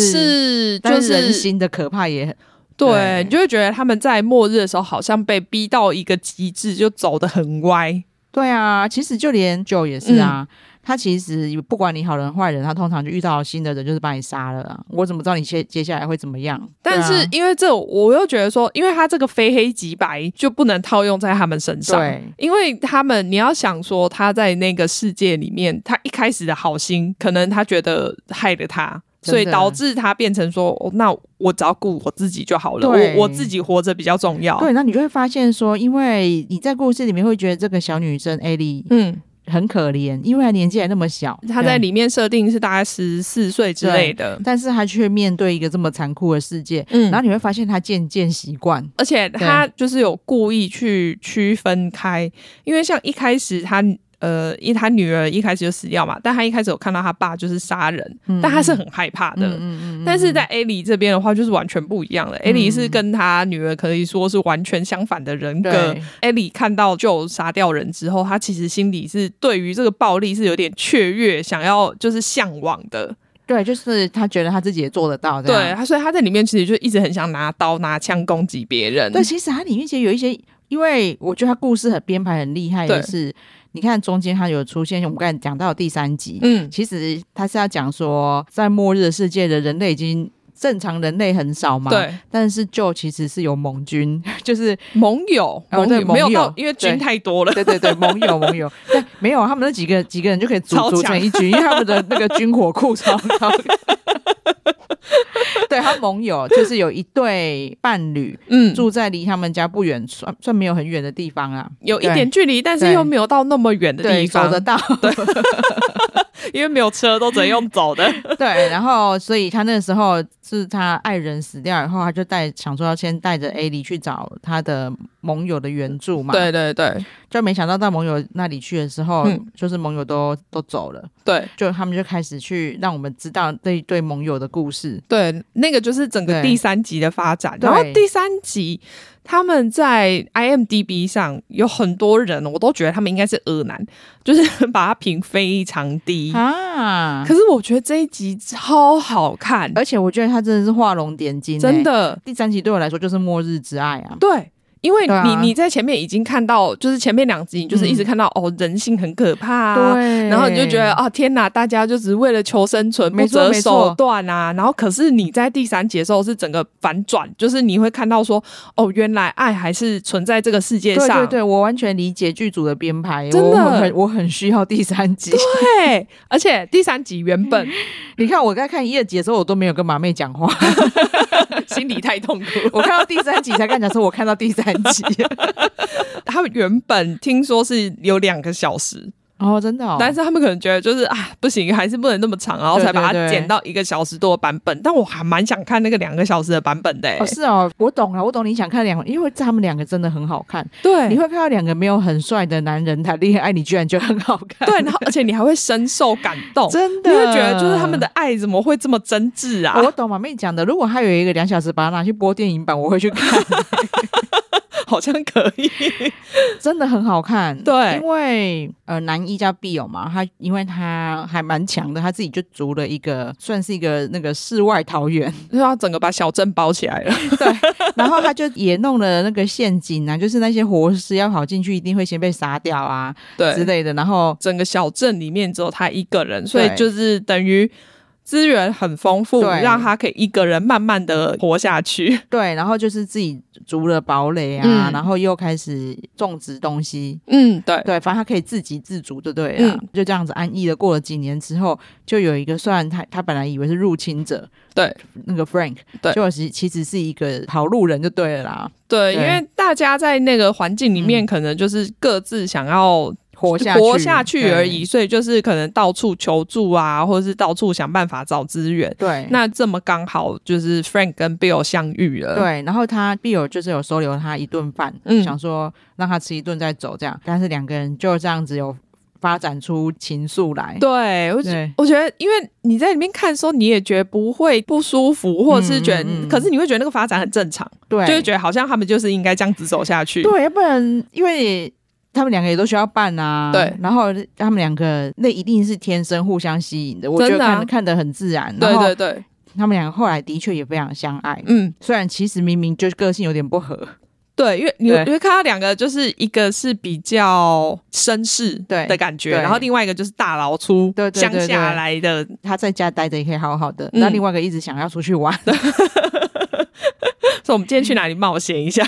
Speaker 1: 是
Speaker 2: 但
Speaker 1: 就是
Speaker 2: 人
Speaker 1: 是
Speaker 2: 心的可怕也很对
Speaker 1: 对，你就会觉得他们在末日的时候好像被逼到一个极致，就走得很歪。
Speaker 2: 对啊。其实就连酒也是啊，
Speaker 1: 嗯
Speaker 2: 他其实不管你好人坏人，他通常就遇到新的人就是把你杀了啊。我怎么知道你接接下来会怎么样？啊
Speaker 1: 但是因为这，我又觉得说，因为他这个非黑即白就不能套用在他们身上。
Speaker 2: 对
Speaker 1: 因为他们，你要想说他在那个世界里面，他一开始的好心，可能他觉得害了他，
Speaker 2: 真的
Speaker 1: 所以导致他变成说，哦、那我只要顾我自己就好了，
Speaker 2: 对
Speaker 1: 我我自己活着比较重要。
Speaker 2: 对，对，那你就会发现说，因为你在故事里面会觉得这个小女生艾莉
Speaker 1: 嗯，
Speaker 2: 很可怜，因为她年纪还那么小，
Speaker 1: 他在里面设定是大概十四岁之类的
Speaker 2: 对，，但是她却面对一个这么残酷的世界，
Speaker 1: 嗯
Speaker 2: 然后你会发现她渐渐习惯。
Speaker 1: 而且他就是有故意去区分开，因为像一开始他呃，因为他女儿一开始就死掉嘛，但他一开始有看到他爸就是杀人，但他是很害怕的。
Speaker 2: 嗯
Speaker 1: 但是在艾莉这边的话，就是完全不一样了。艾莉是跟她女儿可以说是完全相反的人格
Speaker 2: 对。
Speaker 1: 艾莉看到就杀掉人之后，她其实心里是对于这个暴力是有点雀跃，想要就是向往的。
Speaker 2: 对，就是他觉得他自己也做得到，这
Speaker 1: 对，
Speaker 2: 样。
Speaker 1: 她所以她在里面其实就一直很想拿刀拿枪攻击别人。嗯
Speaker 2: 对，其实它里面其实有一些，因为我觉得它故事很编排很厉害，
Speaker 1: 对
Speaker 2: 也是你看中间它有出现，我们刚才讲到第三集，
Speaker 1: 嗯，
Speaker 2: 其实它是要讲说，在末日的世界的人类已经正常人类很少嘛，，
Speaker 1: 对，
Speaker 2: 但是就其实是有盟军， <laughs>
Speaker 1: <laughs>
Speaker 2: 就是
Speaker 1: 盟友，
Speaker 2: 哦
Speaker 1: 盟
Speaker 2: 对
Speaker 1: 友没有
Speaker 2: 盟友
Speaker 1: 到，因为军
Speaker 2: 对
Speaker 1: 太多了。
Speaker 2: 对对对，盟友盟友，但没有他们那几个几个人就可以组
Speaker 1: 超强
Speaker 2: 组成一军，因为他们的那个军火库超
Speaker 1: <laughs>
Speaker 2: 高。对他盟友就是有一对伴侣
Speaker 1: 嗯，
Speaker 2: 住在离他们家不远，算算没有很远的地方啊，
Speaker 1: 有一
Speaker 2: 对
Speaker 1: 点距离，但是
Speaker 2: 对
Speaker 1: 又没有到那么远的
Speaker 2: 对，
Speaker 1: 地
Speaker 2: 走
Speaker 1: 方
Speaker 2: 得，到。
Speaker 1: <laughs> 因为没有车，都只能用走的。
Speaker 2: <laughs> 对，然后所以他那时候是他爱人死掉以后，他就带想说要先带着 A 莉去找他的盟友的援助嘛。，
Speaker 1: 嗯对对对
Speaker 2: 就没想到到盟友那里去的时候，
Speaker 1: 嗯
Speaker 2: 就是盟友都都走了，
Speaker 1: 对
Speaker 2: 就他们就开始去让我们知道这一对盟友的故事。
Speaker 1: 对，那个就是整个
Speaker 2: 对
Speaker 1: 第三集的发展。
Speaker 2: 对
Speaker 1: 然后第三集他们在 IMDB 上有很多人，我都觉得他们应该是恶男， <laughs> 就是把它评非常低。
Speaker 2: 啊！
Speaker 1: 嗯可是我觉得这一集超好看，
Speaker 2: 而且我觉得他真的是画龙点睛、欸
Speaker 1: 真。的。
Speaker 2: 第三集对我来说就是末日之爱啊。
Speaker 1: 对，因为你、
Speaker 2: 对啊嗯
Speaker 1: 你在前面已经看到，就是前面两集你就是一直看到、哦，人性很可怕、啊。
Speaker 2: 对
Speaker 1: 然后你就觉得啊，天哪！大家就只是为了求生存，不
Speaker 2: 没错
Speaker 1: 择
Speaker 2: 没错
Speaker 1: 手段啊。然后，可是你在第三节的时候是整个反转，就是你会看到说，哦，原来爱还是存在这个世界
Speaker 2: 对
Speaker 1: 上。
Speaker 2: 对对，我完全理解剧组的编排，
Speaker 1: 啊真的
Speaker 2: 我我很我很需要第三集。
Speaker 1: 对而且第三集原本 <laughs>
Speaker 2: <laughs> 你看我刚看一二集的时候，我都没有跟马妹讲话， <laughs>
Speaker 1: 心里太痛苦，
Speaker 2: 我看到第三集才跟她讲说，我看到第三集。 <laughs>
Speaker 1: 他们原本听说是有两个小时，
Speaker 2: 哦，真的哦，
Speaker 1: 但是他们可能觉得就是啊，不行，还是不能那么长，然后才把
Speaker 2: 对
Speaker 1: 它
Speaker 2: 对对
Speaker 1: 剪到一个小时多的版本。但我还蛮想看那个两个小时的版本的、欸
Speaker 2: 哦是哦，我懂了，我懂你想看两，因为他们两个真的很好看，
Speaker 1: 对
Speaker 2: 你会看到两个没有很帅的男人谈恋爱，你居然觉得很好看，
Speaker 1: <laughs> 对，然后而且你还会深受感动，
Speaker 2: 真
Speaker 1: 你
Speaker 2: 的，哦
Speaker 1: 会觉得就是他们的。爱怎么会这么真挚啊？
Speaker 2: 我懂马妹讲的，如果他有一个两小时，把它拿去播电影版，我会去
Speaker 1: <laughs>
Speaker 2: 看，
Speaker 1: <laughs> 好像可
Speaker 2: <laughs>
Speaker 1: 以，
Speaker 2: 真的很好看。
Speaker 1: 对
Speaker 2: 因为呃，男一叫必友嘛，他因为他还蛮强的，他自己就租了一个，算是一个那个世外桃源，
Speaker 1: 就要整个把小镇包起来
Speaker 2: <laughs>
Speaker 1: 了。
Speaker 2: 然后他就也弄了那个陷阱啊，就是那些活尸要跑进去，一定会先被杀掉啊之
Speaker 1: 对，
Speaker 2: 类的。然后
Speaker 1: 整个小镇里面只有他一个人，所以
Speaker 2: 对
Speaker 1: 就是等于资源很丰富，
Speaker 2: 对
Speaker 1: 让他可以一个人慢慢的活下去。
Speaker 2: 对，然后就是自己筑了堡垒啊，
Speaker 1: 嗯
Speaker 2: 然后又开始种植东西。
Speaker 1: 嗯， <laughs> 对，
Speaker 2: 对，反正他可以自给自足，就对了。
Speaker 1: 嗯
Speaker 2: 就这样子安逸的过了几年之后，就有一个虽然他他本来以为是入侵者，
Speaker 1: 对，
Speaker 2: 那个 Frank，
Speaker 1: 对
Speaker 2: 就其其实是一个跑路人就对了啦，
Speaker 1: 对，
Speaker 2: 对嗯
Speaker 1: 因为大家在那个环境里面，可能就是各自想要
Speaker 2: 活下去
Speaker 1: 活下去而已，。所以就是可能到处求助啊，或者是到处想办法找资源。
Speaker 2: 对，对
Speaker 1: 那这么刚好就是 Frank 跟 Bill 相遇了，
Speaker 2: 对，然后他必友就是有收留他一顿饭，
Speaker 1: 嗯
Speaker 2: 想说让他吃一顿再走这样，但是两个人就这样子有发展出情愫来。
Speaker 1: 对，我觉
Speaker 2: 对
Speaker 1: 我觉得，因为你在里面看的时候，你也觉得不会不舒服，或者是觉得，
Speaker 2: 嗯嗯嗯
Speaker 1: 可是你会觉得那个发展很正常，
Speaker 2: 对，
Speaker 1: 就会觉得好像他们就是应该这样子走下去。
Speaker 2: 对，要不然因为他们两个也都需要办啊。
Speaker 1: 对
Speaker 2: 然后他们两个那一定是天生互相吸引的，我觉得
Speaker 1: 真的啊
Speaker 2: 看看得很自然。
Speaker 1: 对
Speaker 2: 然后
Speaker 1: 对对，
Speaker 2: 他们两个后来的确也非常相爱。
Speaker 1: 嗯，
Speaker 2: 虽然其实明明就是个性有点不合，
Speaker 1: 对，因为你
Speaker 2: 对
Speaker 1: 你会看到两个，就是一个是比较绅士
Speaker 2: 对
Speaker 1: 的感觉，
Speaker 2: 对
Speaker 1: 然后另外一个就是大老粗
Speaker 2: 对对对
Speaker 1: 乡
Speaker 2: 对
Speaker 1: 下来的， <laughs>
Speaker 2: 他在家待着也可以好好的，
Speaker 1: 嗯
Speaker 2: 那、另外一个一直想要出去玩，
Speaker 1: 所以我们今天去哪里冒险一下？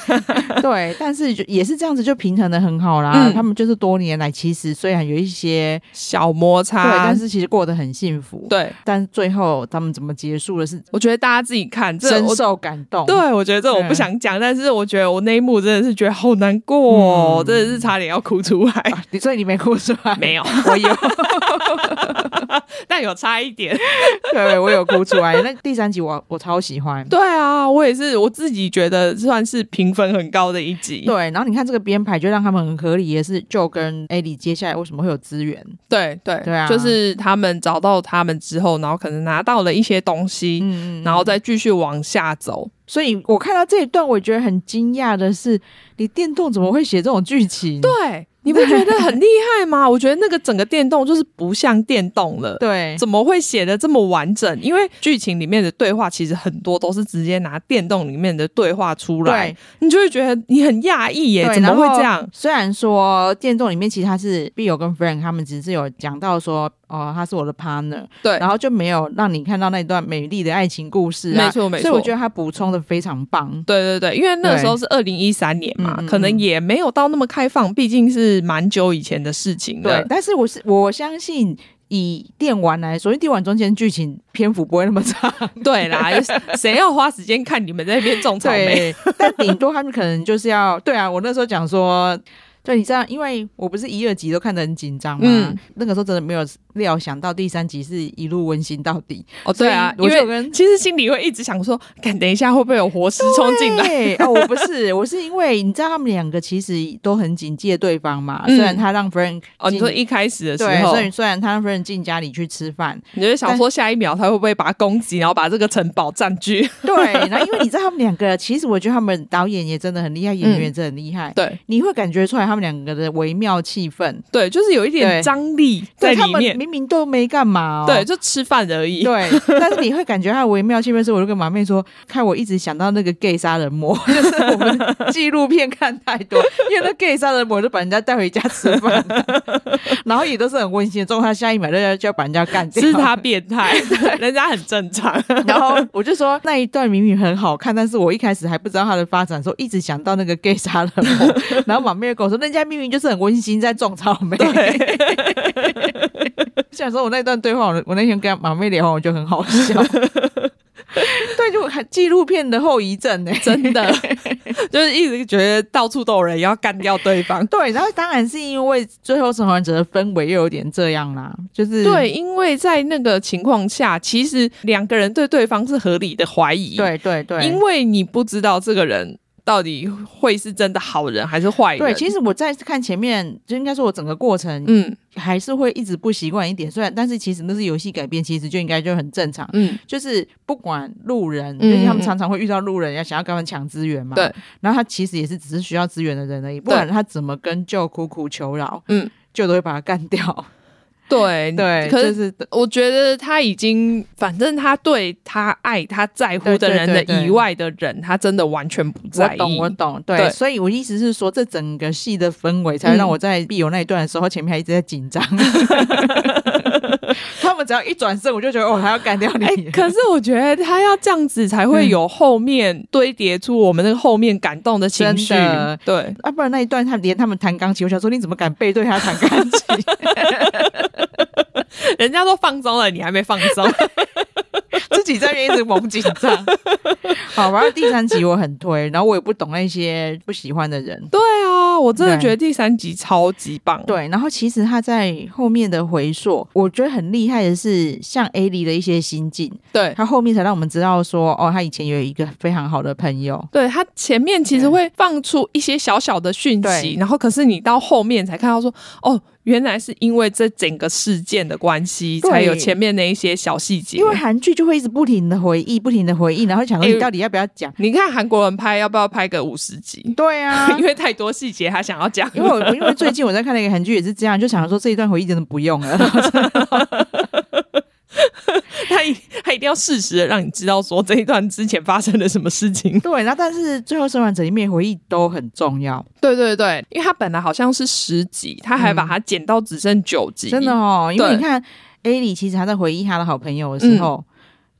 Speaker 2: 对，但是就也是这样子就平衡的很好啦。
Speaker 1: 嗯
Speaker 2: 他们就是多年来，其实虽然有一些、
Speaker 1: <laughs> 小摩擦，
Speaker 2: 对，但是其实过得很幸福。，
Speaker 1: 啊对
Speaker 2: 但最后他们怎么结束的是
Speaker 1: 我觉得大家自己看，这
Speaker 2: 深
Speaker 1: 我
Speaker 2: 受感动。
Speaker 1: 对，我觉得这我不想讲，但是我觉得我那一幕真的是觉得好难过、哦，
Speaker 2: 嗯
Speaker 1: 真的是差点要哭出来。 <laughs>
Speaker 2: 啊，你所以你没哭出来，
Speaker 1: 没有，
Speaker 2: 我有。
Speaker 1: 但有差一点。
Speaker 2: <laughs> 对我有哭出来。那第三集我我超喜欢。
Speaker 1: 对啊，我也是，我自己觉得算是评分很高的一集。
Speaker 2: 对，然后你看这个编排，就让他们很合理，也是就跟艾莉接下来为什么会有资源，
Speaker 1: 对对
Speaker 2: 对啊
Speaker 1: 就是他们找到他们之后，然后可能拿到了一些东西，
Speaker 2: 嗯
Speaker 1: 然后再继续往下走。
Speaker 2: 所以我看到这一段，我觉得很惊讶的是，你电动怎么会写这种剧情？
Speaker 1: 对，你不觉得很厉害吗？我觉得那个整个电动就是不像电动了。
Speaker 2: 对
Speaker 1: 怎么会写的这么完整？因为剧情里面的对话其实很多都是直接拿电动里面的对话出来
Speaker 2: 对，
Speaker 1: 你就会觉得你很讶异耶，
Speaker 2: 对
Speaker 1: 怎么会
Speaker 2: 然后
Speaker 1: 这样？
Speaker 2: 虽然说电动里面其实他是 Bill 跟 Frank 他们只是有讲到说，哦，他是我的 partner，
Speaker 1: 对
Speaker 2: 然后就没有让你看到那段美丽的爱情故事、啊，
Speaker 1: 没错没错
Speaker 2: 所以我觉得他补充的非常棒。
Speaker 1: 对对对，因为那个时候是二零一三年嘛，
Speaker 2: 嗯嗯嗯
Speaker 1: 可能也没有到那么开放，毕竟是蛮久以前的事情
Speaker 2: 对
Speaker 1: 了，。
Speaker 2: 但是我是我相信以电玩来说，因为电玩中间剧情篇幅不会那么长， <laughs>
Speaker 1: 对啦，谁要花时间看你们在那边种草莓？
Speaker 2: 对，但顶多他们可能就是要对啊。我那时候讲说，对你知道，因为我不是一、二集都看得很紧张嘛，
Speaker 1: 嗯
Speaker 2: 那个时候真的没有料想到第三集是一路温馨到底。
Speaker 1: 哦，对啊，因
Speaker 2: 所以我就
Speaker 1: 为
Speaker 2: 跟
Speaker 1: 其实心里会一直想说，看等一下会不会有活尸冲啊进来？
Speaker 2: 对哦，我不是，我是因为你知道他们两个其实都很警戒对方嘛。
Speaker 1: 嗯
Speaker 2: 虽然他让 Frank
Speaker 1: 哦，
Speaker 2: 进
Speaker 1: 你说一开始的时
Speaker 2: 对，
Speaker 1: 候
Speaker 2: 所，以虽然他让 Frank 进家里去吃饭，
Speaker 1: 你就会想说下一秒他会不会把他攻击，然后把这个城堡占
Speaker 2: <laughs>
Speaker 1: 据？
Speaker 2: 对，然后因为你知道他们两个，其实我觉得他们导演也真的很厉害，演
Speaker 1: 嗯
Speaker 2: 员也真的很厉害。
Speaker 1: 对
Speaker 2: 你会感觉出来他们两个的微妙气氛，
Speaker 1: 对，就是有一点
Speaker 2: 对
Speaker 1: 张力在
Speaker 2: 对他
Speaker 1: 里
Speaker 2: 们
Speaker 1: 面。
Speaker 2: 明明都没干嘛、哦，
Speaker 1: 对，就吃饭而已。
Speaker 2: 对，但是你会感觉它的微妙气氛是，我就跟马妹说，看我一直想到那个 gay 杀人魔， <laughs> 就是我们纪录片看太多，因为那 gay 杀人魔就把人家带回家吃饭， <laughs> 然后也都是很温馨的状态，下一秒就要就要把人家干掉。
Speaker 1: 是他变态， <laughs> 人家很正
Speaker 2: <laughs>
Speaker 1: 常。
Speaker 2: 然后我就说那一段明明很好看，但是我一开始还不知道它的发展的时候，一直想到那个 gay 杀人魔。 <laughs> 然后马妹又跟我说，人家明明就是很温馨在种草莓。 <laughs> 想说我那段对话，我我那天跟马妹聊完，我觉得很好笑。 <laughs> 对，就还纪录片的后遗症欸呢、
Speaker 1: 真的， <laughs> 就是一直觉得到处都有人要干掉对
Speaker 2: <laughs>
Speaker 1: 方。
Speaker 2: 对，然后当然是因为最后生还者的氛围又有点这样啦，就是
Speaker 1: 对，因为在那个情况下，其实两个人对对方是合理的怀疑，，
Speaker 2: 对对对，
Speaker 1: 因为你不知道这个人到底会是真的好人还是坏人。
Speaker 2: 对，其实我在看前面，就应该说我整个过程
Speaker 1: 嗯
Speaker 2: 还是会一直不习惯一点，虽然但是其实那是游戏改编，其实就应该就很正常。
Speaker 1: 嗯，
Speaker 2: 就是不管路人，
Speaker 1: 嗯
Speaker 2: 就是他们常常会遇到路人，要想要跟他们抢资源嘛。
Speaker 1: 对。
Speaker 2: 然后他其实也是只是需要资源的人而已，不管他怎么跟舅苦苦求饶，
Speaker 1: 嗯，
Speaker 2: 舅都会把他干掉。
Speaker 1: 对
Speaker 2: <laughs> 对，
Speaker 1: 嗯可。
Speaker 2: 就是是
Speaker 1: 我觉得他已经，反正他对他爱他在乎的
Speaker 2: 对对
Speaker 1: 人的
Speaker 2: 对对
Speaker 1: 以外的人，他真的完全不
Speaker 2: 我
Speaker 1: 在意。
Speaker 2: 懂，我懂。对，
Speaker 1: 对嗯
Speaker 2: 所以我的意思是说，这整个戏的氛围才会让我在必有那一段的时候，前面还一直在紧
Speaker 1: <laughs>
Speaker 2: 张。他们只要一转身，我就觉得哦，他要干掉你。
Speaker 1: 哎、 <laughs> 可是我觉得他要这样子才
Speaker 2: 嗯
Speaker 1: 会有后面堆叠出我们那个后面感动的情绪
Speaker 2: 真的。
Speaker 1: 对，
Speaker 2: 啊，不然那一段他连他们弹钢琴，我想说你怎么敢背对他弹钢琴？
Speaker 1: <laughs> 人家都放松了，你还没放松。
Speaker 2: 自己在那边一直猛紧张。好，然后第三集我很推，然后我也不懂那些不喜欢的人。
Speaker 1: 对啊，我真的
Speaker 2: 对
Speaker 1: 觉得第三集超级棒。
Speaker 2: 对，然后其实他在后面的回溯，我觉得很厉害的是，像 A 莉的一些心境，
Speaker 1: 对
Speaker 2: 他后面才让我们知道说，哦，他以前有一个非常好的朋友，
Speaker 1: 对，他前面其实会放出一些小小的讯息
Speaker 2: 对，
Speaker 1: 然后可是你到后面才看到说，哦，原来是因为这整个事件的关系，
Speaker 2: 对
Speaker 1: 才有前面那一些小细节
Speaker 2: 因。为韩剧就会一直不停的回忆，不停的回忆，然后想说
Speaker 1: 哎
Speaker 2: 你到底要不要讲？
Speaker 1: 你看韩国人拍要不要拍个五十集？
Speaker 2: 对啊，
Speaker 1: <laughs> 因为太多细节，他想要讲了。
Speaker 2: 因为我因为最近我在看那个韩剧也是这样，就想说这一段回忆真的不用了。
Speaker 1: <laughs> 他一他一定要适时的让你知道说这一段之前发生了什么事情。
Speaker 2: 对，然后但是最后生还者里面回忆都很重要，
Speaker 1: 对对对，因为他本来好像是十集，他还把它剪到只剩九集，
Speaker 2: 嗯真的哦，因
Speaker 1: 对嗯
Speaker 2: 为你看 A 里其实他在回忆他的好朋友的时候。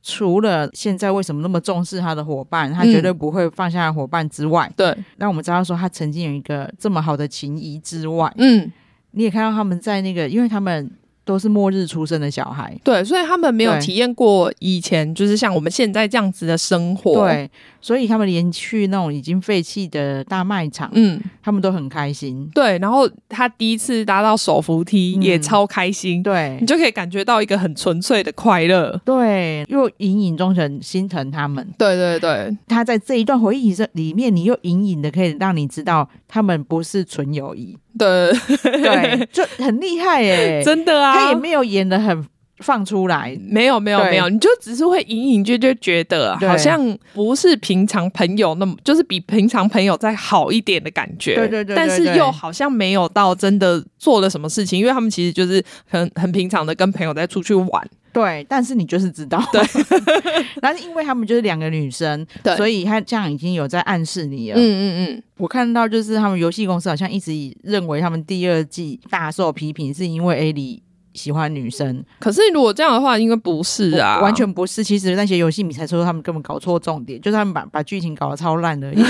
Speaker 2: 除了现在为什么那么重视他的伙伴，他
Speaker 1: 嗯
Speaker 2: 绝对不会放下伙伴之外，
Speaker 1: 对，
Speaker 2: 让我们知道说他曾经有一个这么好的情谊之外，
Speaker 1: 嗯，
Speaker 2: 你也看到他们在那个，因为他们都是末日出生的小孩，
Speaker 1: 对，所以他们没有
Speaker 2: 对
Speaker 1: 体验过以前就是像我们现在这样子的生活，
Speaker 2: 对，所以他们连去那种已经废弃的大卖场，
Speaker 1: 嗯，
Speaker 2: 他们都很开心。
Speaker 1: 对。然后他第一次搭到手扶梯
Speaker 2: 嗯
Speaker 1: 也超开心，
Speaker 2: 对
Speaker 1: 你就可以感觉到一个很纯粹的快乐。
Speaker 2: 对，又隐隐中很心疼他们。
Speaker 1: 对对对，
Speaker 2: 他在这一段回忆这里面，你又隐隐的可以让你知道，他们不是纯友
Speaker 1: <laughs>
Speaker 2: 谊，
Speaker 1: 对，
Speaker 2: 对，就很厉害耶、
Speaker 1: <laughs> 真的啊，
Speaker 2: 他也没有演的很放出来，
Speaker 1: 没有没有
Speaker 2: 对
Speaker 1: 没有，你就只是会隐隐约约觉得啊
Speaker 2: 对
Speaker 1: 好像不是平常朋友那么，就是比平常朋友再好一点的感觉。
Speaker 2: 对对对对
Speaker 1: 但是
Speaker 2: 对
Speaker 1: 又好像没有到真的做了什么事情，因为他们其实就是很很平常的跟朋友在出去玩。
Speaker 2: 对，但是你就是知道， <laughs> 对。但是因为他们就是两个女生，
Speaker 1: 对
Speaker 2: 所以他这样已经有在暗示你了。
Speaker 1: 嗯嗯
Speaker 2: 我看到就是他们游戏公司好像一直以认为他们第二季大受批评，是因为 A 里喜欢女生，
Speaker 1: 嗯。可是如果这样的话，应该不是啊，
Speaker 2: 完全不是。其实那些游戏迷才说他们根本搞错重点，就是他们把把剧情搞得超烂而已。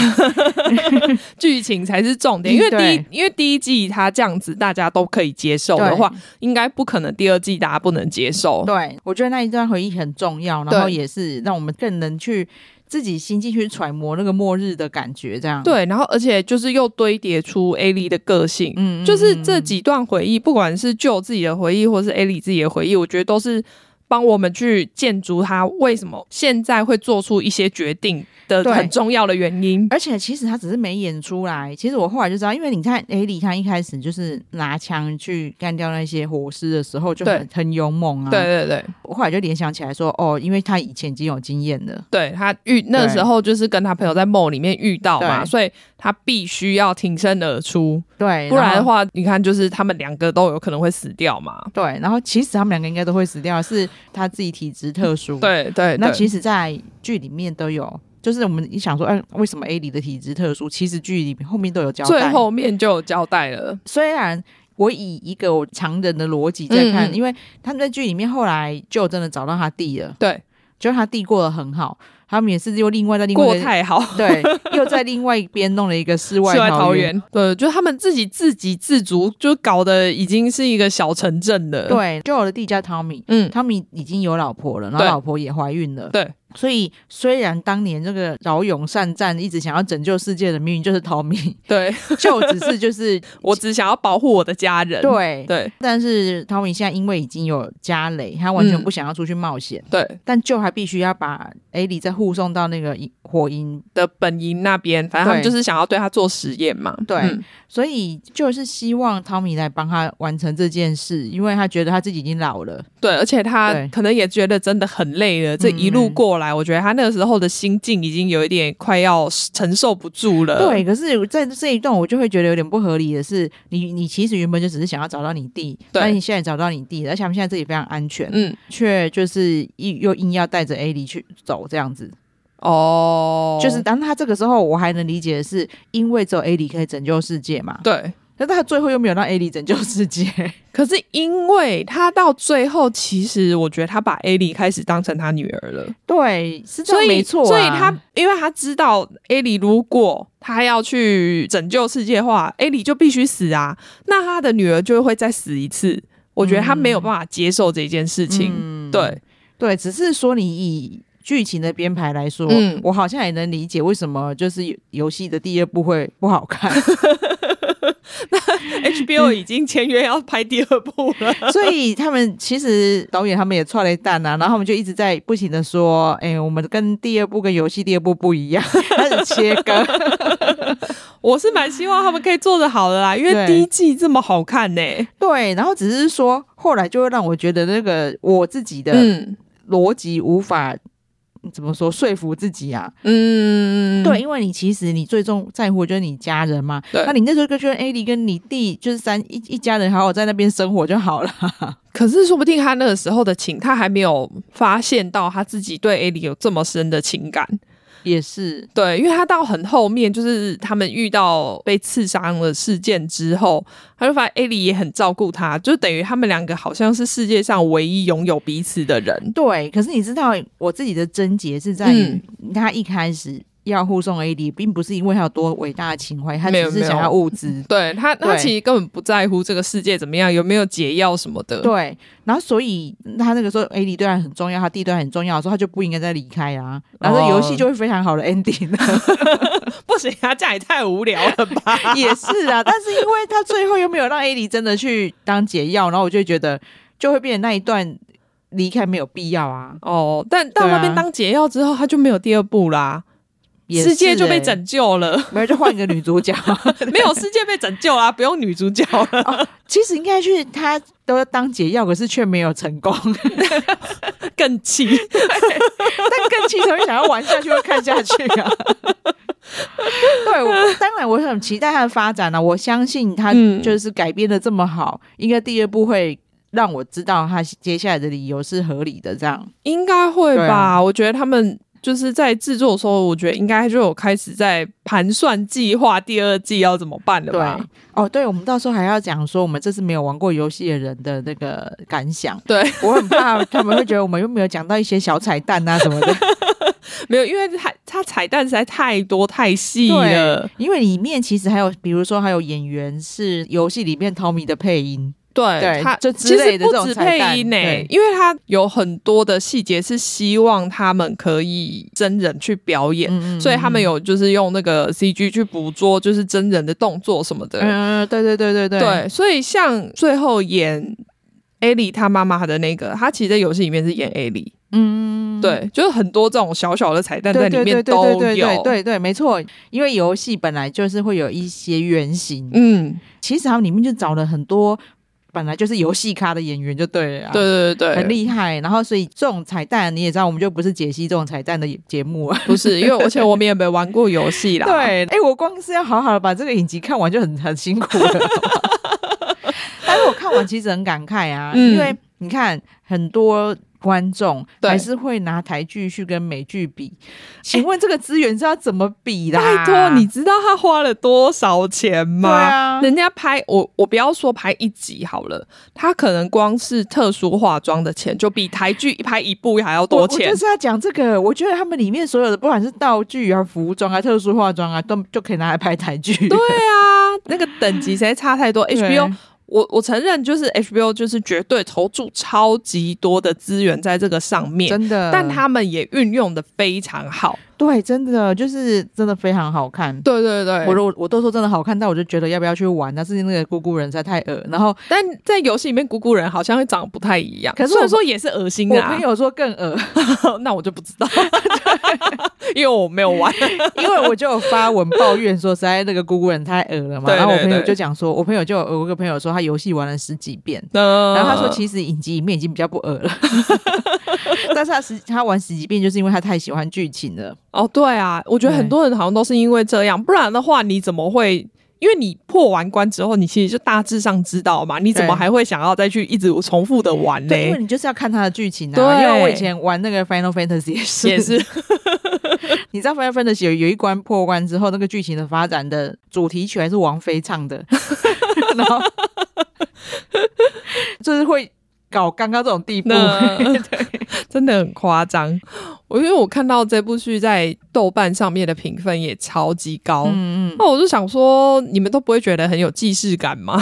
Speaker 1: 剧情才是重
Speaker 2: 嗯
Speaker 1: 点。因为第
Speaker 2: 对
Speaker 1: 一，因为第一季它这样子大家都可以接受的话，应该不可能第二季大家不能接受。
Speaker 2: 对，我觉得那一段回忆很重要，然后
Speaker 1: 对
Speaker 2: 也是让我们更能去自己心境去揣摩那个末日的感觉，这样。
Speaker 1: 对，然后而且就是又堆叠出 A 莉的个性，
Speaker 2: 嗯，嗯，
Speaker 1: 就是
Speaker 2: 嗯
Speaker 1: 这几段回忆，不管是就自己的回忆，或是 A 莉自己的回忆，我觉得都是帮我们去建筑他为什么现在会做出一些决定的
Speaker 2: 对啊
Speaker 1: 很重要的原因。
Speaker 2: 而且其实他只是没演出来。其实我后来就知道，因为你看 A 里他一开始就是拿枪去干掉那些活尸的时候，就很很勇猛啊。
Speaker 1: 对，对对
Speaker 2: 我后来就联想起来说，哦，因为他以前已经有经验了。
Speaker 1: 对，他遇那时候就是跟他朋友在梦里面遇到嘛，
Speaker 2: 对
Speaker 1: 所以他必须要挺身而出，
Speaker 2: 对，
Speaker 1: 不然
Speaker 2: 后。
Speaker 1: 的
Speaker 2: 嗯
Speaker 1: 话，你看就是他们两个都有可能会死掉嘛。
Speaker 2: 对，然后其实他们两个应该都会死掉，是他自己体质特殊。，
Speaker 1: 对对，
Speaker 2: 那
Speaker 1: 对
Speaker 2: 其实，在剧里面都有，就是我们一想说，哎、为什么 A 里的体质特殊？其实剧里面后面都有交代。
Speaker 1: 最后面就有交代了。
Speaker 2: 虽然我以一个我常人的逻辑在看，
Speaker 1: 嗯嗯
Speaker 2: 因为他们在剧里面后来就真的找到他弟了，
Speaker 1: 对，
Speaker 2: 就他弟过得很好，他们也是又另外在另外
Speaker 1: 过
Speaker 2: 一个
Speaker 1: 太好，
Speaker 2: 对，又在另外一边弄了一个世外
Speaker 1: 世外
Speaker 2: 桃
Speaker 1: 桃。源，对，就他们自己自给自足，就搞得已经是一个小城镇了。，
Speaker 2: 对，就我的弟叫汤米，
Speaker 1: 嗯，
Speaker 2: 汤米已经有老婆了，然后
Speaker 1: 对
Speaker 2: 老婆也怀孕了。
Speaker 1: 对，
Speaker 2: 所以虽然当年这个骁勇善战、一直想要拯救世界的命运就是汤米， <laughs>
Speaker 1: 对，
Speaker 2: 就只是就是呃
Speaker 1: <laughs> 我只想要保护我的家人。
Speaker 2: 对，
Speaker 1: 对
Speaker 2: 但是汤米现在因为已经有家累，他完全
Speaker 1: 嗯
Speaker 2: 不想要出去冒险。
Speaker 1: 对
Speaker 2: 但就还必须要把艾莉再护送到那个营火营，
Speaker 1: 的本营那边，反正他们
Speaker 2: 对
Speaker 1: 就是想要对他做实验嘛。
Speaker 2: 对
Speaker 1: 嗯
Speaker 2: 所以就是希望汤米来帮他完成这件事，因为他觉得他自己已经老了。
Speaker 1: 对，而且他
Speaker 2: 对
Speaker 1: 可能也觉得真的很累了，这一路过来，我觉得他那个时候的心境已经有一点快要承受不住了。
Speaker 2: 对，可是在这一段我就会觉得有点不合理的是，你你其实原本就只是想要找到你弟，
Speaker 1: 对
Speaker 2: 但你现在找到你弟，而且他们现在自己非常安全，
Speaker 1: 嗯，
Speaker 2: 却就是一又硬要带着艾莉去走这样子。
Speaker 1: 哦，
Speaker 2: 就是当他这个时候，我还能理解的是，因为只有艾莉可以拯救世界嘛，
Speaker 1: 对。
Speaker 2: 但是他最后又没有让艾莉拯救世界。 <laughs>
Speaker 1: 可是因为他到最后，其实我觉得他把艾莉开始当成他女儿了。
Speaker 2: 对，是这
Speaker 1: 所
Speaker 2: 样
Speaker 1: 以，
Speaker 2: 没错啊、
Speaker 1: 所以他因为他知道艾莉如果他要去拯救世界的话，艾莉就必须死啊，那他的女儿就会再死一次。我觉得他没
Speaker 2: 嗯
Speaker 1: 有办法接受这件事情，对
Speaker 2: 对，只是说你以剧情的编排来说，
Speaker 1: 嗯
Speaker 2: 我好像也能理解为什么就是游游戏的第二部会不好 <laughs> 看。嗯
Speaker 1: HBO 已经签约要拍第二部了，
Speaker 2: 所以他们其实导演他们也踹了一蛋啊，然后他们就一直在不停的说，哎、我们跟第二部跟游戏第二部不一样， <laughs> 开始切割。 <laughs>
Speaker 1: 我是蛮希望他们可以做的好的啦，因为
Speaker 2: 对
Speaker 1: 第一季这么好看呢、
Speaker 2: 对，然后只是说后来就会让我觉得那个我自己的
Speaker 1: 嗯
Speaker 2: 逻辑无法。怎么说说服自己啊？
Speaker 1: 嗯，
Speaker 2: 对，因为你其实你最重在乎的就是你家人嘛。
Speaker 1: 对
Speaker 2: 那你那时候就跟 A 莉跟你弟就是三一一家人好好在那边生活就好了。
Speaker 1: 可是说不定他那个时候的情，他还没有发现到他自己对艾莉有这么深的情感。
Speaker 2: <laughs> 也是，
Speaker 1: 对，因为他到很后面，就是他们遇到被刺伤的事件之后，他就发现艾莉也很照顾他，就等于他们两个好像是世界上唯一拥有彼此的人。
Speaker 2: 嗯对。可是你知道，我自己的症结是在于他一开始要护送 AD，并不是因为他有多伟大的情怀，他只
Speaker 1: 没
Speaker 2: 是
Speaker 1: 有
Speaker 2: 想要物 <laughs> 资。
Speaker 1: 对他，他
Speaker 2: 对
Speaker 1: 其实根本不在乎这个世界怎么样，有没有解药什么的。
Speaker 2: 对，然后所以他那个时候 AD 对他很重要，他弟对他很重要的时候，他就不应该再离开啊。然后这游戏就会非常好的 ending 了。
Speaker 1: 不行啊，这样也太无聊了
Speaker 2: <laughs>
Speaker 1: 吧？ <laughs>
Speaker 2: 也是啊，但是因为他最后又没有让 A 莉真的去当解药，然后我就觉得就会变成那一段离开没有必要啊，
Speaker 1: 哦，但到
Speaker 2: 对啊
Speaker 1: 那边当解药之后，他就没有第二部啦，
Speaker 2: 也
Speaker 1: 世界
Speaker 2: 是
Speaker 1: 就被
Speaker 2: 欸，
Speaker 1: 拯救了。 <laughs>
Speaker 2: 没有就换一个女主角。 <laughs>
Speaker 1: 没有世界被拯救啦，不用女主角了。
Speaker 2: 其实应该去他都要当解药，可是却没有成功， <laughs>
Speaker 1: 更气，
Speaker 2: 但更气才会想要玩下去，会看下去啊。 <laughs> 对，我当然我很期待他的发展啊，我相信他
Speaker 1: 嗯
Speaker 2: 就是改编的这么好，应该第二部会让我知道他接下来的理由是合理的，这样。
Speaker 1: 应该会
Speaker 2: 对
Speaker 1: 吧？
Speaker 2: 啊
Speaker 1: 我觉得他们就是在制作的时候，我觉得应该就有开始在盘算计划第二季要怎么办了吧
Speaker 2: 对？，哦，对，我们到时候还要讲说我们这次没有玩过游戏的人的那个感想。
Speaker 1: 对，
Speaker 2: 我很怕他们会觉得我们又没有讲到一些小彩蛋啊什么
Speaker 1: <laughs>
Speaker 2: 的。
Speaker 1: 没有，因为它它彩蛋实在太多太细了
Speaker 2: 对。，因为里面其实还有，比如说还有演员是游戏里面 Tommy 的配音。对
Speaker 1: 对，它
Speaker 2: 就之
Speaker 1: 其实
Speaker 2: 类的
Speaker 1: 不
Speaker 2: 这种
Speaker 1: 止
Speaker 2: 彩
Speaker 1: 配
Speaker 2: 蛋
Speaker 1: 音呢、
Speaker 2: 对
Speaker 1: 因为它有很多的细节是希望他们可以真人去表演，
Speaker 2: 嗯
Speaker 1: 所以他们有就是用那个 CG 去捕捉就是真人的动作什么的。
Speaker 2: 嗯，对对对对对
Speaker 1: 对，所以像最后演艾莉她妈妈的那个，她其实在游戏里面是演艾莉，
Speaker 2: 嗯，
Speaker 1: 对，就是很多这种小小的彩蛋在
Speaker 2: 对。对对
Speaker 1: 里面
Speaker 2: 对对
Speaker 1: 都
Speaker 2: 对对对
Speaker 1: 有。
Speaker 2: 对对，没错，因为游戏本来就是会有一些原型，
Speaker 1: 嗯，
Speaker 2: 其实他们里面就找了很多本来就是游戏咖的演员就对了啊。
Speaker 1: 对对对
Speaker 2: 很
Speaker 1: 对，
Speaker 2: 厉害。然后所以这种彩蛋你也知道，我们就不是解析这种彩蛋的节目啊。
Speaker 1: 不是因为而且我们也没玩过游戏 <laughs> 啦，
Speaker 2: <laughs> 对，哎、我光是要好好的把这个影集看完就很很辛苦了。 <laughs> 但是我看完其实很感慨啊，
Speaker 1: 嗯
Speaker 2: 因为你看很多。观众
Speaker 1: 对
Speaker 2: 还是会拿台剧去跟美剧比，请问这个资源是要怎么比的？
Speaker 1: 拜托，你知道他花了多少钱吗？
Speaker 2: 对啊
Speaker 1: 人家拍我，我不要说拍一集好了，他可能光是特殊化妆的钱就比台剧一拍一部还要
Speaker 2: 我
Speaker 1: 多
Speaker 2: 我
Speaker 1: 钱
Speaker 2: 就。是要讲这个，我觉得他们里面所有的，不管是道具啊、服装啊、特殊化妆啊，都就可以拿来拍台剧。
Speaker 1: 对啊，那个等级实在差太多。
Speaker 2: 对
Speaker 1: HBO，我我承认，就是 HBO 就是绝对投注超级多的资源在这个上面，
Speaker 2: 真的，
Speaker 1: 但他们也运用的非常好。
Speaker 2: 对，真的就是真的非常好看。
Speaker 1: 对对对
Speaker 2: 我
Speaker 1: 我
Speaker 2: 都我都说真的好看，但我就觉得要不要去玩？但是那个姑姑人实在太恶。然后
Speaker 1: 但在游戏里面，鼓鼓人好像会长得不太一样，
Speaker 2: 可是
Speaker 1: 虽
Speaker 2: 我
Speaker 1: 然说也是恶心
Speaker 2: 我
Speaker 1: 的、啊
Speaker 2: 朋。友说更恶， <laughs>
Speaker 1: <laughs> 那我就不知道，因为我没
Speaker 2: <laughs>
Speaker 1: 有玩。
Speaker 2: 因为我就有发文抱怨说实在那个姑姑人太恶了嘛。
Speaker 1: 对
Speaker 2: 然后我
Speaker 1: 对
Speaker 2: 朋友
Speaker 1: 对
Speaker 2: 就讲说，我朋友就有我一个朋友说他游戏玩了十几遍。然
Speaker 1: 然
Speaker 2: 后他说，其
Speaker 1: 实
Speaker 2: 实影集里面已经比较不恶了， <laughs> 但是他十他玩十几遍，就是因为他太喜欢剧情了。
Speaker 1: 哦，对啊，我觉得
Speaker 2: 对
Speaker 1: 很多人好像都是因为这样，不然的话你怎么会？因为你破完关之后，你其实就大致上知道嘛，你怎么
Speaker 2: 对
Speaker 1: 还会想要再去一直重复的玩呢？
Speaker 2: 对，因为你就是要看他的剧情啊。
Speaker 1: 对
Speaker 2: 因为我以前玩那个 Final Fantasy 也是，
Speaker 1: 也是
Speaker 2: 你知道《Final Fantasy》有有一关破关之后，那个剧情的发展的主题曲还是王菲唱的， <laughs> 然后 <laughs> 就是会搞刚刚这种地步。
Speaker 1: 那 <laughs> 真的很夸张。我因为我看到这部剧在豆瓣上面的评分也超级高，
Speaker 2: 嗯嗯，
Speaker 1: 那我就想说，你们都不会觉得很有既视感吗？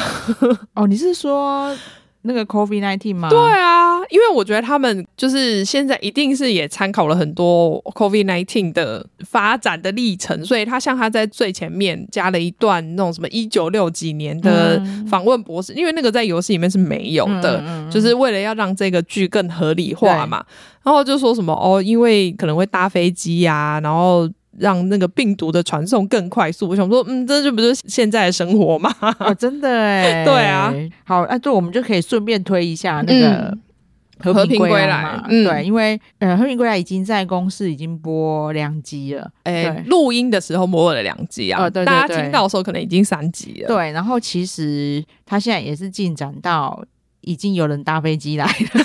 Speaker 2: 哦，你是说那个 COVID nineteen 吗？
Speaker 1: 对啊，因为我觉得他们就是现在一定是也参考了很多 COVID nineteen 的发展的历程，所以他像他在最前面加了一段那种什么一九六几年的
Speaker 2: 嗯
Speaker 1: 访问博士，因为那个在游戏里面是没有
Speaker 2: 嗯，
Speaker 1: 的。
Speaker 2: 嗯
Speaker 1: 就是为了要让这个剧更合理化嘛，然后就说什么哦，因为可能会搭飞机呀、然后让那个病毒的传送更快速。我想说，嗯，这就不是现在的生活嘛？
Speaker 2: <laughs> 哦，真的哎，
Speaker 1: 对啊，
Speaker 2: 好，那对，我们就可以顺便推一下那个
Speaker 1: 嗯
Speaker 2: 和
Speaker 1: 和
Speaker 2: 平
Speaker 1: 平
Speaker 2: 归
Speaker 1: 归
Speaker 2: 来
Speaker 1: 来
Speaker 2: 嘛，
Speaker 1: 嗯
Speaker 2: 对，因为呃，和平归来已经在公司已经播两集了，
Speaker 1: 哎、
Speaker 2: 对
Speaker 1: 录音的时候摸了两集啊，
Speaker 2: 哦对对
Speaker 1: 大家
Speaker 2: 对
Speaker 1: 听到的时候可能已经三集了。
Speaker 2: 对，然后其实他现在也是进展到已经有人搭飞机来了，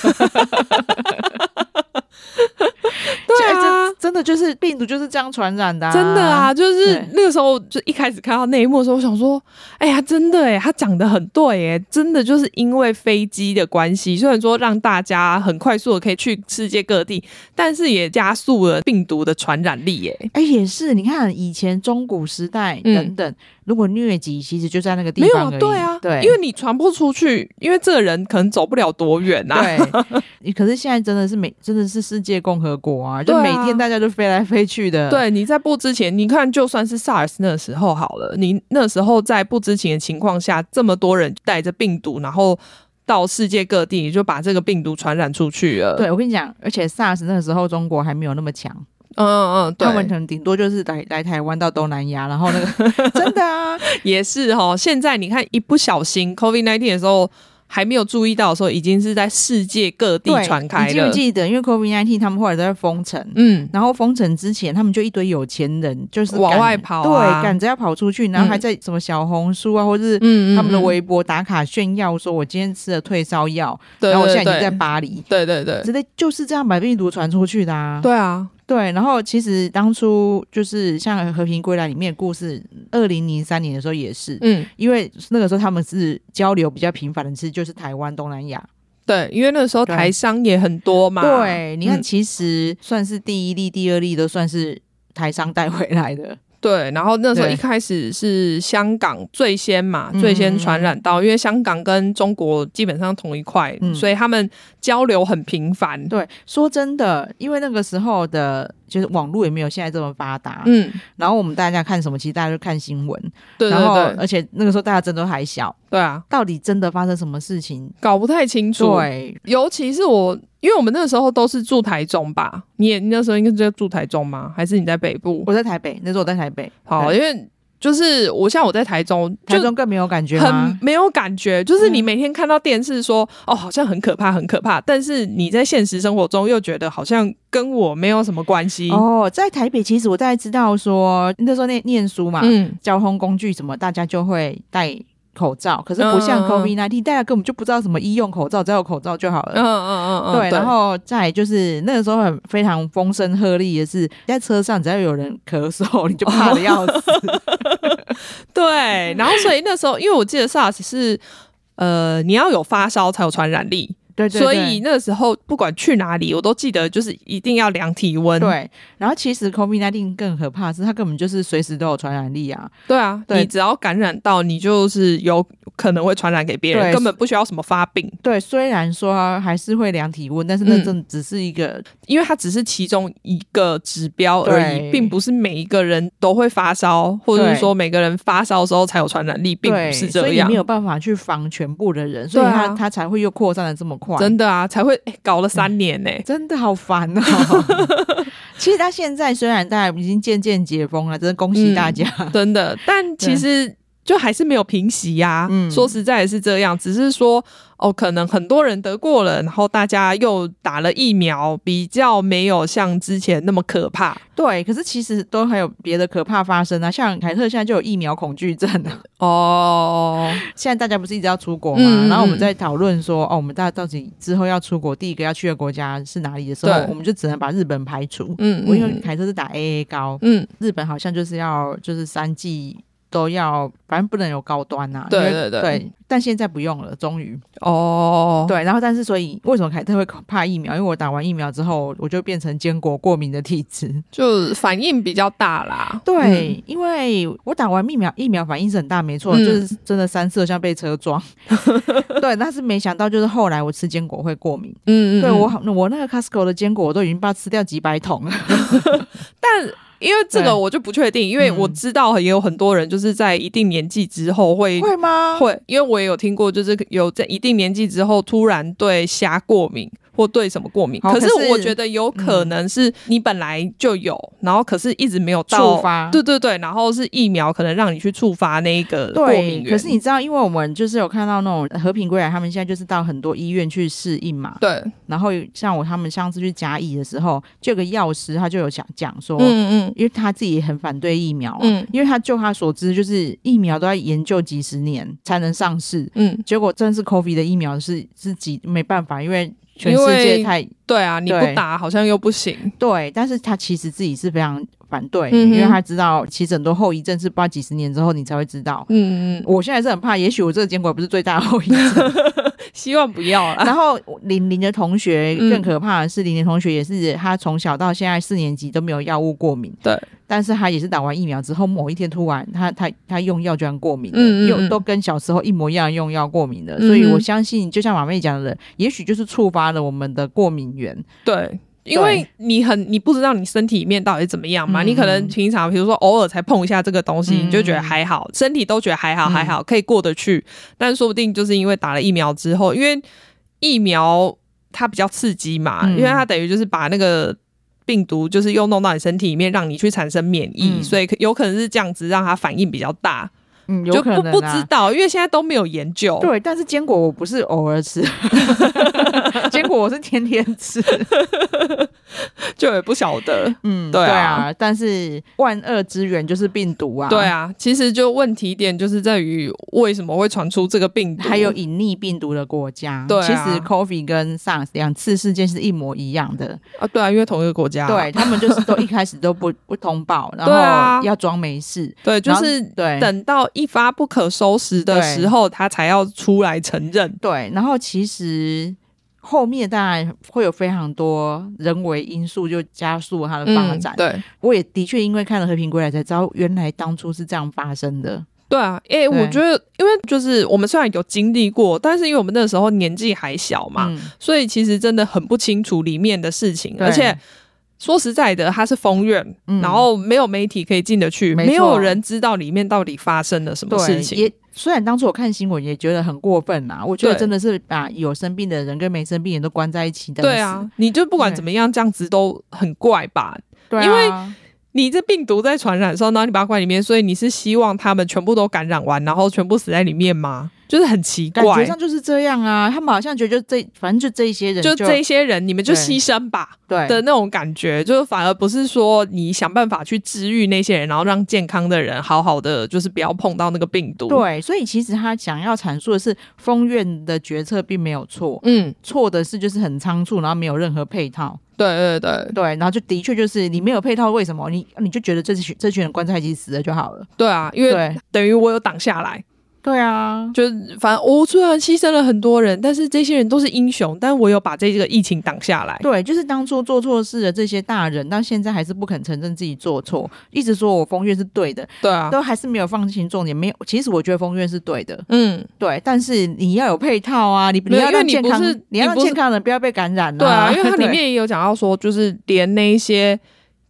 Speaker 1: 对啊
Speaker 2: 这真的就是病毒就是这样传染的、
Speaker 1: 真的啊，，就是
Speaker 2: 对
Speaker 1: 那个时候，就一开始看到那一幕的时候，我想说，哎呀，真的哎，他讲的很对哎，真的就是因为飞机的关系，虽然说让大家很快速的可以去世界各地，但是也加速了病毒的传染力哎。
Speaker 2: 哎、也是，你看以前中古时代
Speaker 1: 嗯
Speaker 2: 等等，如果疟疾其实就在那个地
Speaker 1: 没有
Speaker 2: 方
Speaker 1: 啊
Speaker 2: 而，已，
Speaker 1: 对啊，
Speaker 2: 对，
Speaker 1: <laughs> 因为你传播出去，因为这个人可能走不了多远呐、啊。
Speaker 2: 对，你可是现在真的是每真的是世界共和国啊，就
Speaker 1: 对啊
Speaker 2: 每天大家都飞来飞去的，
Speaker 1: 对，你在不知情，你看就算是 SARS 那时候好了，你那时候在不知情的情况下，这么多人带着病毒，然后到世界各地，你就把这个病毒传染出去了。，
Speaker 2: 对，我跟你讲，而且 SARS 那个时候中国还没有那么强，
Speaker 1: 嗯嗯嗯，
Speaker 2: 他们可
Speaker 1: 对，
Speaker 2: 能顶多就是来来台湾到东南亚，然后那
Speaker 1: <laughs>
Speaker 2: 个真的啊，
Speaker 1: 也是哦。现在你看，一不小心 COVID nineteen 的时候。还没有注意到的时候，已经是在世界各地
Speaker 2: 对
Speaker 1: 传开
Speaker 2: 你记不
Speaker 1: 了。
Speaker 2: 记得？因为 COVID nineteen 他们后来都在封城。
Speaker 1: 嗯，
Speaker 2: 然后封城之前，他们就一堆有钱人，就是
Speaker 1: 往
Speaker 2: 赶
Speaker 1: 外跑啊
Speaker 2: 对，赶着要跑出去，然后还
Speaker 1: 嗯
Speaker 2: 在什么小红书啊，或是
Speaker 1: 嗯嗯
Speaker 2: 他们的
Speaker 1: 嗯
Speaker 2: 微博打卡炫耀，说我今天吃了退烧药，
Speaker 1: 对
Speaker 2: 然后我
Speaker 1: 对
Speaker 2: 现在已
Speaker 1: 对
Speaker 2: 经在巴黎，
Speaker 1: 对对对
Speaker 2: 之类，就是这样把病毒传出去的啊。
Speaker 1: 对啊，
Speaker 2: 对，然后其实当初就是像《和平归来》里面的故事，二零零三年的时候也是，
Speaker 1: 嗯，
Speaker 2: 因为那个时候他们是交流比较频繁的是就是台湾、东南亚。
Speaker 1: 对，因为那时候
Speaker 2: 对
Speaker 1: 台商也很多嘛。
Speaker 2: 对，你看，
Speaker 1: 嗯
Speaker 2: 其实算是第一例、第二例都算是台商带回来的。
Speaker 1: 对，然后那时候
Speaker 2: 对
Speaker 1: 一开始是香港最先嘛，
Speaker 2: 嗯
Speaker 1: 最先传染到，因为香港跟中国基本上同一块，
Speaker 2: 嗯
Speaker 1: 所以他们交流很频繁。
Speaker 2: 对，说真的，因为那个时候的就是网络也没有现在这么发达，
Speaker 1: 嗯，
Speaker 2: 然后我们大家看什么，其实大家就看新闻，
Speaker 1: 对对
Speaker 2: 然后
Speaker 1: 对，
Speaker 2: 而且那个时候大家真的都还小，
Speaker 1: 对啊，
Speaker 2: 到底真的发生什么事情？
Speaker 1: 搞不太清楚。
Speaker 2: 对，
Speaker 1: 尤其是我，因为我们那时候都是住台中吧，你也你那时候应该就住台中吗？还是你在北部？
Speaker 2: 我在台北，那时候我在台北，
Speaker 1: 好，因为就是我像我在台中，
Speaker 2: 台
Speaker 1: 就
Speaker 2: 中更没有感觉
Speaker 1: 很
Speaker 2: 吗？嗯
Speaker 1: 没有感觉，就是你每天看到电视说、哦，好像很可怕，很可怕，但是你在现实生活中又觉得好像跟我没有什么关系。
Speaker 2: 哦，在台北其实我大概知道说，那时候念念书嘛，
Speaker 1: 嗯，
Speaker 2: 交通工具什么大家就会戴口罩，可是不像
Speaker 1: 嗯嗯嗯
Speaker 2: COVID 1 9大家根本就不知道什么医用口罩，只要有口罩就好了。
Speaker 1: 嗯嗯嗯嗯，
Speaker 2: 对，然后再来就是那个时候很非常风声鹤唳的是，在车上只要有人咳嗽，你就怕的要死。
Speaker 1: 哦对，然后所以那时候，因为我记得 SARS 是呃，你要有发烧才有传染力，
Speaker 2: <laughs> 对对对，
Speaker 1: 所以那时候不管去哪里，我都记得就是一定要量体温。
Speaker 2: 对，然后其实 COVID 1 9更可怕的是，它根本就是随时都有传染力啊。
Speaker 1: 对啊，
Speaker 2: 对
Speaker 1: 你只要感染到，你就是有可能会传染给别人，
Speaker 2: 对
Speaker 1: 根本不需要什么发病，
Speaker 2: 对，虽然说还是会量体温，但是那
Speaker 1: 嗯
Speaker 2: 真的只是一个
Speaker 1: 因为它只是其中一个指标而已，
Speaker 2: 对
Speaker 1: 并不是每一个人都会发烧，或者是说每个人发烧的时候才有传染力，并
Speaker 2: 对，
Speaker 1: 不是这
Speaker 2: 所以你
Speaker 1: 样
Speaker 2: 没。有办法去防全部的人，所以
Speaker 1: 对
Speaker 2: 他、
Speaker 1: 啊
Speaker 2: 他才会又扩散的这么快，
Speaker 1: 真的啊，才会、
Speaker 2: 嗯
Speaker 1: 欸搞了三年呢、
Speaker 2: 真的好烦哦。 <laughs> 其实他现在虽然大家已经渐渐解封了，真的恭喜大家。 <laughs>
Speaker 1: 真的。但其实就还是没有平息呀、
Speaker 2: 嗯
Speaker 1: 说实在也是这样，只是说哦，可能很多人得过了，然后大家又打了疫苗，比较没有像之前那么可怕。
Speaker 2: 对，可是其实都还有别的可怕发生啊，像凯特现在就有疫苗恐惧症啊。
Speaker 1: 哦，
Speaker 2: 现在大家不是一直要出国吗？
Speaker 1: 嗯嗯
Speaker 2: 然后我们
Speaker 1: 嗯
Speaker 2: 在讨论说，哦，我们大家到底之后要出国，第一个要去的国家是哪里的时候
Speaker 1: 对，
Speaker 2: 我们就只能把日本排除。
Speaker 1: 嗯，
Speaker 2: 我因为
Speaker 1: 嗯
Speaker 2: 凯特是打 AA 高，
Speaker 1: 嗯，
Speaker 2: 日本好像就是要就是三季都要，反正不能有高端呐、
Speaker 1: 对
Speaker 2: 因为
Speaker 1: 对对
Speaker 2: 对，但现在不用了，终于
Speaker 1: 哦，
Speaker 2: 对。然后但是所以为什么凯特会怕疫苗？因为我打完疫苗之后，我就变成坚果过敏的体质。
Speaker 1: 就反应比较大啦。嗯
Speaker 2: 对，因为我打完疫苗，疫苗反应是很大，没错，
Speaker 1: 嗯
Speaker 2: 就是真的三次都像被车撞。 <laughs> 对，但是没想到就是后来我吃坚果会过敏。
Speaker 1: 嗯嗯，
Speaker 2: 对
Speaker 1: 嗯
Speaker 2: 我好，我那个 Costco 的坚果我都已经把它吃掉几百桶了。
Speaker 1: 但因为这
Speaker 2: 对嗯
Speaker 1: 个我就不确定，因为我知道也有很多人就是在一定年纪之后会。
Speaker 2: <laughs> 会啊吗？
Speaker 1: 嗯会，因为我也有听过，就是有在一定年纪之后突然对虾过敏或对什么过敏，
Speaker 2: 好
Speaker 1: 可是
Speaker 2: 可是嗯
Speaker 1: 我觉得有可能是你本来就有，然后可是一直没有到
Speaker 2: 触发
Speaker 1: 对对对，然后是疫苗可能让你去触发那一个过敏
Speaker 2: 对，
Speaker 1: 源。
Speaker 2: 可是你知道，因为我们就是有看到那种和平归来，他们现在就是到很多医院去适应嘛。
Speaker 1: 对，
Speaker 2: 然后像我他们上次去甲乙的时候，就有个药师他就有讲讲说，
Speaker 1: 嗯嗯
Speaker 2: 因为他自己也很反对疫苗、啊，
Speaker 1: 嗯
Speaker 2: 因为他就他所知，就是疫苗都要研究几十年才能上市，
Speaker 1: 嗯，
Speaker 2: 结果真是 COVID 的疫苗是自己没办法，因为全世
Speaker 1: 因
Speaker 2: 界
Speaker 1: 为
Speaker 2: 太
Speaker 1: 对啊，你不
Speaker 2: 对
Speaker 1: 打好像又不行，
Speaker 2: 对，但是他其实自己是非常反对，
Speaker 1: 嗯哼
Speaker 2: 因为他知道其实很多后遗症是不知道几十年之后你才会知道。
Speaker 1: 嗯，嗯
Speaker 2: 我现在是很怕，也许我这个结果不是最大的后遗症。
Speaker 1: 希望不要啦。
Speaker 2: 然后玲玲的同学
Speaker 1: 嗯
Speaker 2: 更可怕的是，玲玲同学也是她从小到现在四年级都没有药物过敏，
Speaker 1: 对，
Speaker 2: 但是她也是打完疫苗之后，某一天突然她她她用药居然过敏了，
Speaker 1: 嗯嗯嗯
Speaker 2: 又都跟小时候一模一样用药过敏了。
Speaker 1: 嗯哼
Speaker 2: 所以我相信，就像马妹讲的，也许就是触发了我们的过敏源。
Speaker 1: 对，因为你很你不知道你身体里面到底怎么样嘛，你可能平常比如说偶尔才碰一下这个东西，
Speaker 2: 嗯
Speaker 1: 你就觉得还好，身体都觉得还好还好，可以过得去。但说不定就是因为打了疫苗之后，因为疫苗它比较刺激嘛，
Speaker 2: 嗯
Speaker 1: 因为它等于就是把那个。病毒就是又弄到你身体里面，让你去产生免疫，
Speaker 2: 嗯
Speaker 1: 所以可有可能是这样子让它反应比较大，
Speaker 2: 嗯，有可能、啊、
Speaker 1: 就不不知道，因为现在都没有研究。
Speaker 2: 对，但是坚果我不是偶尔
Speaker 1: <laughs>
Speaker 2: 吃，坚果我是天天吃。
Speaker 1: 就也不晓得。
Speaker 2: 嗯，
Speaker 1: 对啊
Speaker 2: 但是万恶之源就是病毒啊，
Speaker 1: 对，啊，其实就问题点就是在于为什么会传出这个病毒，
Speaker 2: 还有隐匿病毒的国家，
Speaker 1: 对啊
Speaker 2: 其实 COVID 跟 SARS 两次事件是一模一样的，
Speaker 1: 啊，对啊，因为同一个国家，
Speaker 2: 对他们就是都一开始都不不通报，然
Speaker 1: 对啊
Speaker 2: 后要装没事，
Speaker 1: 对，就
Speaker 2: 然后
Speaker 1: 是
Speaker 2: 对。
Speaker 1: 等到一发不可收拾的时候，他才要出来承认。
Speaker 2: 对，然后其实后面当然会有非常多人为因素，就加速它的嗯发展。
Speaker 1: 嗯对
Speaker 2: 我也的确因为看了《和平归来》才知道，原来当初是这样发生的。
Speaker 1: 对啊，诶、
Speaker 2: 对
Speaker 1: 我觉得，因为就是我们虽然有经历过，但是因为我们那时候年纪还小嘛，
Speaker 2: 嗯
Speaker 1: 所以其实真的很不清楚里面的事情，
Speaker 2: 对
Speaker 1: 而且。说实在的，它是封院，
Speaker 2: 嗯
Speaker 1: 然后没有媒体可以进得去，
Speaker 2: 没
Speaker 1: 没有
Speaker 2: 错
Speaker 1: 人知道里面到底发生了什么事情。
Speaker 2: 也虽然当初我看新闻也觉得很过分啦、我觉得
Speaker 1: 对
Speaker 2: 真的是把有生病的人跟没生病的人都关在一起的。
Speaker 1: 对啊，你就不管
Speaker 2: 对
Speaker 1: 怎么样，这样子都很怪吧？
Speaker 2: 对啊，
Speaker 1: 因为你这病毒在传染的时候，然后你把它关里面，所以你是希望他们全部都感染完，然后全部死在里面吗？就是很奇
Speaker 2: 感觉
Speaker 1: 怪，
Speaker 2: 上就是这样啊。他们好像觉得就这，反正就这一些人
Speaker 1: 就
Speaker 2: 就
Speaker 1: 这些人，你们就
Speaker 2: 对
Speaker 1: 牺牲吧
Speaker 2: 对
Speaker 1: 的那种感觉，就是反而不是说你想办法去治愈那些人，然后让健康的人好好的，就是不要碰到那个病毒。，
Speaker 2: 对，所以其实他想要阐述的是，封院的决策并没有错，
Speaker 1: 嗯，
Speaker 2: 错的是就是很仓促，然后没有任何配套。
Speaker 1: 对对对
Speaker 2: 对，然后就的确就是你没有配套，为什么你你就觉得这群这群人关在一起死了就好了？
Speaker 1: 对啊，因为
Speaker 2: 对
Speaker 1: 等于我有挡下来，
Speaker 2: 对啊，
Speaker 1: 就是反正我虽然牺牲了很多人，但是这些人都是英雄，但我有把这个疫情挡下来。
Speaker 2: 对，就是当初做错事的这些大人，到现在还是不肯承认自己做错，一直说我封院是对的，
Speaker 1: 对啊，
Speaker 2: 都还是没有放清重点。没有，其实我觉得封院是对的，
Speaker 1: 嗯，
Speaker 2: 对，但是你要有配套啊，你
Speaker 1: 没
Speaker 2: 你
Speaker 1: 有
Speaker 2: 要
Speaker 1: 因为
Speaker 2: 让
Speaker 1: 你
Speaker 2: 健
Speaker 1: 不
Speaker 2: 康，
Speaker 1: 是
Speaker 2: 你要
Speaker 1: 你
Speaker 2: 让
Speaker 1: 不是
Speaker 2: 健康的人不要被感染
Speaker 1: <laughs> 对啊，因
Speaker 2: <laughs>
Speaker 1: 为它里
Speaker 2: 对
Speaker 1: 面也有讲到说，就是连那些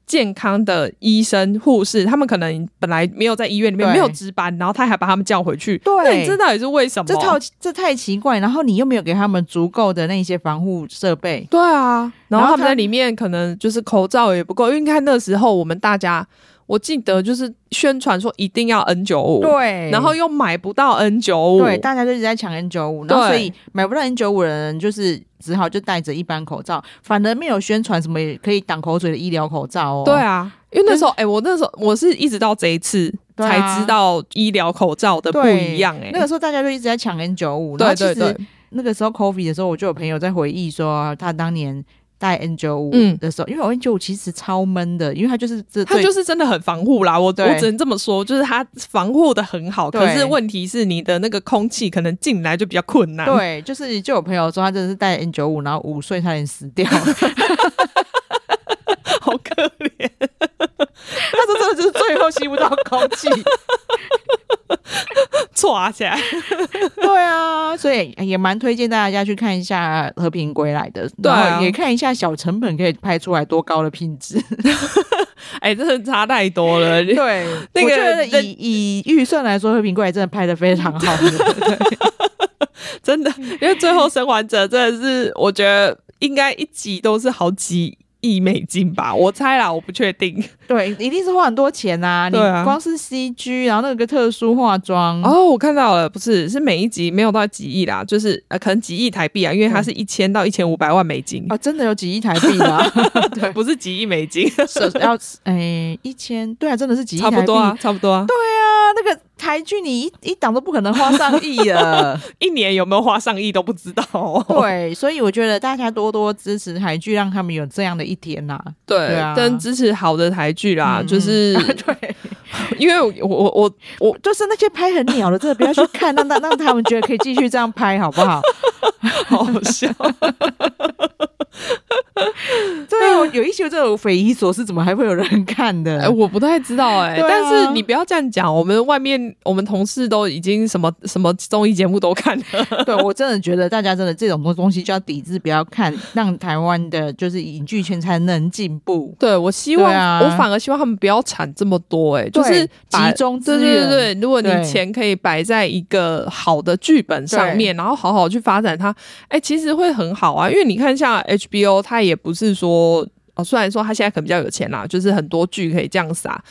Speaker 1: 健康的医生、护士，他们可能本来没有在医院里面
Speaker 2: 对
Speaker 1: 没有值班，然后他还把他们叫回去。
Speaker 2: 对
Speaker 1: 那你这到底是为什么？
Speaker 2: 这套这太奇怪，然后你又没有给他们足够的那些防护设备，
Speaker 1: 对啊，然
Speaker 2: 然
Speaker 1: 后
Speaker 2: 后
Speaker 1: 他们
Speaker 2: 他
Speaker 1: 在里面可能就是口罩也不够，因为你看那时候我们大家，我记得就是宣传说一定要 N 九五，
Speaker 2: 对
Speaker 1: 然后又买不到 N 九五，
Speaker 2: 对大家就一直在抢 N 九五，然后所
Speaker 1: 对
Speaker 2: 以买不到 N 九五的人就是只好就戴着一般口罩，反而没有宣传什么可以挡口水的医疗口罩哦，
Speaker 1: 对啊，因为那时候，哎、我那时候我是一直到这一次、
Speaker 2: 对啊
Speaker 1: 才知道医疗口罩的不
Speaker 2: 对
Speaker 1: 一样、哎，
Speaker 2: 那个时候大家就一直在抢 N 九五，然
Speaker 1: 啊对
Speaker 2: 后其
Speaker 1: 对
Speaker 2: 实
Speaker 1: 对，
Speaker 2: 那个时候 COVID 的时候，我就有朋友在回忆说，他当年戴 N 九五
Speaker 1: 嗯
Speaker 2: 的时候，因为我 N 九五其实超闷的，因为它就是这
Speaker 1: 它
Speaker 2: 最
Speaker 1: 就是真的很防护啦，我我
Speaker 2: 对
Speaker 1: 只能这么说，就是它防护的很好，
Speaker 2: 对
Speaker 1: 可是问题是你的那个空气可能进来就比较困难，，
Speaker 2: 对，就是就有朋友说他真的是戴 N 九五，然后五岁差点死 <laughs> 掉，他
Speaker 1: 好可怜。
Speaker 2: 说真的就是最后吸不到空气。
Speaker 1: 抓起来，
Speaker 2: 对啊，所以也蛮推荐大家去看一下《和平归来》的，
Speaker 1: 对啊
Speaker 2: 然后也看一下小成本可以拍出来多高的品质。
Speaker 1: 哎、真的差太多了。
Speaker 2: 对，
Speaker 1: <laughs> 那
Speaker 2: 我
Speaker 1: 个
Speaker 2: 觉得
Speaker 1: 人
Speaker 2: 以以预算来说，《和平归来》真的拍的非常好 <laughs> 的。
Speaker 1: 真的，因为最后生还者真的是，我觉得应该一集都是好几亿美金吧，我猜啦，我不确定。
Speaker 2: 对，一定是花很多钱呐、你
Speaker 1: 对啊
Speaker 2: 光是 CG，然后那个特殊化妆，
Speaker 1: <laughs> 哦，我看到了，不是，是每一集没有到几亿啦，就是呃，可能几亿台币啊，因为它是一千到一千五百万美金，
Speaker 2: 啊，真的有几亿台币
Speaker 1: <laughs>
Speaker 2: 啦、对，
Speaker 1: 不哦是几亿美金，
Speaker 2: 是要哎一千，对啊，真的是几亿
Speaker 1: 差
Speaker 2: 台币，
Speaker 1: 不多啊，差不多啊。
Speaker 2: 啊那个台剧你一一档都不可能花上亿
Speaker 1: <laughs>
Speaker 2: 了。
Speaker 1: 一年有没有花上亿都不知道、哦。
Speaker 2: 对，所以我觉得大家多多支持台剧，让他们有这样的一天呐、
Speaker 1: 对
Speaker 2: 对啊
Speaker 1: 但支持好的台剧啦，
Speaker 2: 嗯
Speaker 1: 就是
Speaker 2: <laughs> 对，
Speaker 1: 因为我我我我
Speaker 2: 就是那些拍很鸟的，真的不要去看，让他让他们觉得可以继续这样拍，好不 <laughs> 好？
Speaker 1: 好笑，
Speaker 2: <laughs> 对，啊我有一些这种匪夷所思，怎么还会有人看的？
Speaker 1: 哎，我不太知道哎、
Speaker 2: 对啊
Speaker 1: 但是你不要这样讲，我们外面我们同事都已经什么什么综艺节目都看了，
Speaker 2: 对我真的觉得大家真的这种东西就要抵制，不要看，让台湾的就是影剧圈才能进步。
Speaker 1: 对我希望、
Speaker 2: 对啊
Speaker 1: 我反而希望他们不要产这么多哎、就是
Speaker 2: 对
Speaker 1: 把
Speaker 2: 集中
Speaker 1: 对
Speaker 2: 资源，
Speaker 1: 对对，如果你
Speaker 2: 对
Speaker 1: 钱可以摆在一个好的剧本上面，然后好好去发展它，哎、其实会很好啊。因为你看，像 HBO，它也不是说哦，虽然说它现在可能比较有钱啦，就是很多剧可以这样撒，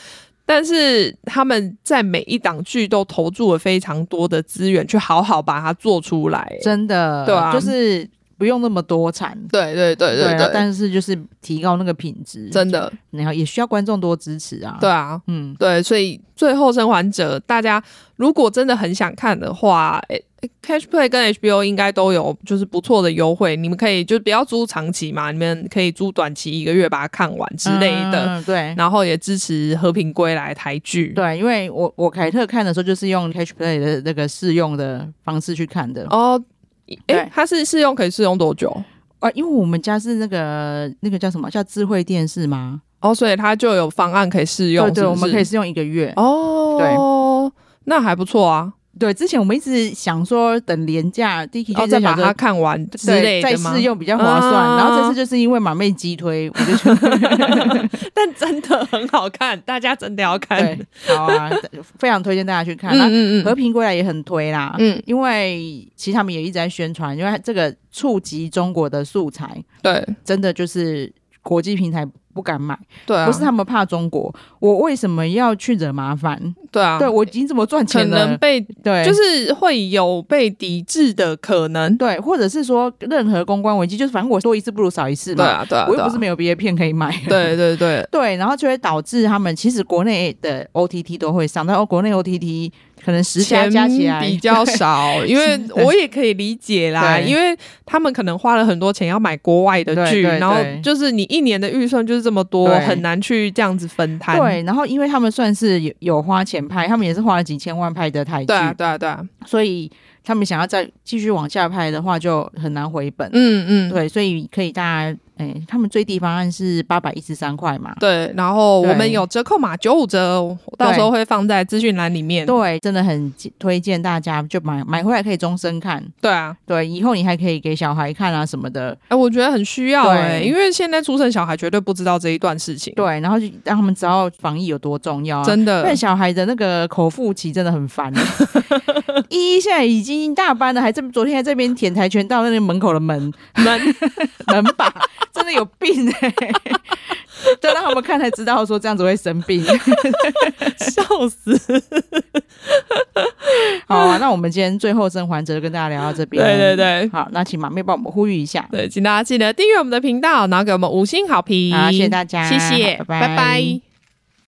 Speaker 1: 但是他们在每一档剧都投注了非常多的资源去好好把它做出来、哎
Speaker 2: 真的，
Speaker 1: 对啊
Speaker 2: 就是不用那么多产，
Speaker 1: 对对对对
Speaker 2: 啊
Speaker 1: 对，
Speaker 2: 但是就是提高那个品质，
Speaker 1: 真的
Speaker 2: 然后也需要观众多支持啊。
Speaker 1: 对，啊。
Speaker 2: 嗯，
Speaker 1: 对，所以最后生还者，大家如果真的很想看的话，诶、诶 Catchplay 跟 HBO 应该都有就是不错的优惠，你们可以就不要租长期嘛，你们可以租短期一个月把它看完之类的，
Speaker 2: 嗯，对。
Speaker 1: 然后也支持《和平归来》台剧。
Speaker 2: 对，因为我我凯特看的时候就是用 Catch Play 的那个试用的方式去看的，
Speaker 1: 哦，诶、
Speaker 2: 对
Speaker 1: 它是试用可以试用多久？
Speaker 2: 啊，因为我们家是那个那个叫什么叫智慧电视吗？
Speaker 1: 哦，所以它就有方案可以试用，
Speaker 2: 对对，
Speaker 1: 是不
Speaker 2: 我们可以
Speaker 1: 是
Speaker 2: 试用一个月。
Speaker 1: 哦，那还不错啊，
Speaker 2: 对，之前我们一直想说等廉价 Dicky
Speaker 1: 然后
Speaker 2: 就在
Speaker 1: 哦再把
Speaker 2: 想说
Speaker 1: 它看完之
Speaker 2: 对
Speaker 1: 类
Speaker 2: 再
Speaker 1: 的吗
Speaker 2: 试？用比较划算，
Speaker 1: 啊
Speaker 2: 然后这次就是因为马妹鸡推，我就 <laughs> 觉得
Speaker 1: 但真的很好看，大家真的要看。
Speaker 2: 对，好啊，非常推荐大家去看。那
Speaker 1: 嗯
Speaker 2: 和平归来也很推啦，
Speaker 1: 嗯，
Speaker 2: 因为其实他们也一直在宣传，因为这个触及中国的素材，
Speaker 1: 对
Speaker 2: 真的就是国际平台不敢买，
Speaker 1: 对啊，
Speaker 2: 不是他们怕中国，我为什么要去惹麻烦？
Speaker 1: 对啊，
Speaker 2: 对我已经这么赚
Speaker 1: 可
Speaker 2: 钱
Speaker 1: 能
Speaker 2: 了，
Speaker 1: 被
Speaker 2: 对，
Speaker 1: 就是会有被抵制的可能。
Speaker 2: 对，或者是说任何公关危机，就是反正我多一事不如少一事
Speaker 1: 对
Speaker 2: 嘛，
Speaker 1: 啊，对啊，
Speaker 2: 我
Speaker 1: 对
Speaker 2: 又
Speaker 1: 啊
Speaker 2: 不是没有别的片可以买。
Speaker 1: 对对对，
Speaker 2: <laughs> 对，然后就会导致他们其实国内的 OTT 都会上，但哦，国内 OTT 可能十家
Speaker 1: 钱
Speaker 2: 加起来
Speaker 1: 比较少，
Speaker 2: <laughs>
Speaker 1: 因为我也可以理解啦，
Speaker 2: 对
Speaker 1: 因为他们可能花了很多钱要买国外的
Speaker 2: 对
Speaker 1: 剧，
Speaker 2: 对
Speaker 1: 然后
Speaker 2: 对
Speaker 1: 就是你一年的预算就是这么多，
Speaker 2: 对
Speaker 1: 很难去这样子分摊。
Speaker 2: 对，然后因为他们算是有有花钱拍，他们也是花了几千万拍的台剧，
Speaker 1: 对啊，对啊，对啊，
Speaker 2: 所以他们想要再继续往下拍的话，就很难回本。
Speaker 1: 嗯嗯，
Speaker 2: 对，所以可以大家，哎，他们最低方案是八百一十三块嘛。
Speaker 1: 对，然后
Speaker 2: 对
Speaker 1: 我们有折扣码九五折，我到时候会放在资讯栏里面。
Speaker 2: 对，真的很推荐大家就买买回来可以终身看，
Speaker 1: 对啊，
Speaker 2: 对，以后你还可以给小孩看啊什么的，
Speaker 1: 哎、我觉得很需要
Speaker 2: 对
Speaker 1: 哎、因为现在出生小孩绝对不知道这一段事情，
Speaker 2: 对，然后就让他们知道防疫有多重要啊、
Speaker 1: 真的
Speaker 2: 但小孩的那个口腹期真的很
Speaker 1: <laughs>
Speaker 2: 烦。依依现在已经大班了，还这么昨天还这边舔跆拳道那个门口的门
Speaker 1: 门
Speaker 2: 门把，真的有病哎、
Speaker 1: <laughs>
Speaker 2: 欸！就让他们看才知道说这样子会生病。
Speaker 1: <laughs> 笑死。
Speaker 2: <laughs> 好啊，那我们今天最后生还者就跟大家聊到这边。
Speaker 1: 对对对
Speaker 2: 好，那请马妹帮我们呼吁一下。
Speaker 1: 对，请大家记得订阅我们的频道，然后给我们五星好评。
Speaker 2: 好，谢谢大家，
Speaker 1: 谢谢，
Speaker 2: 好
Speaker 1: 拜拜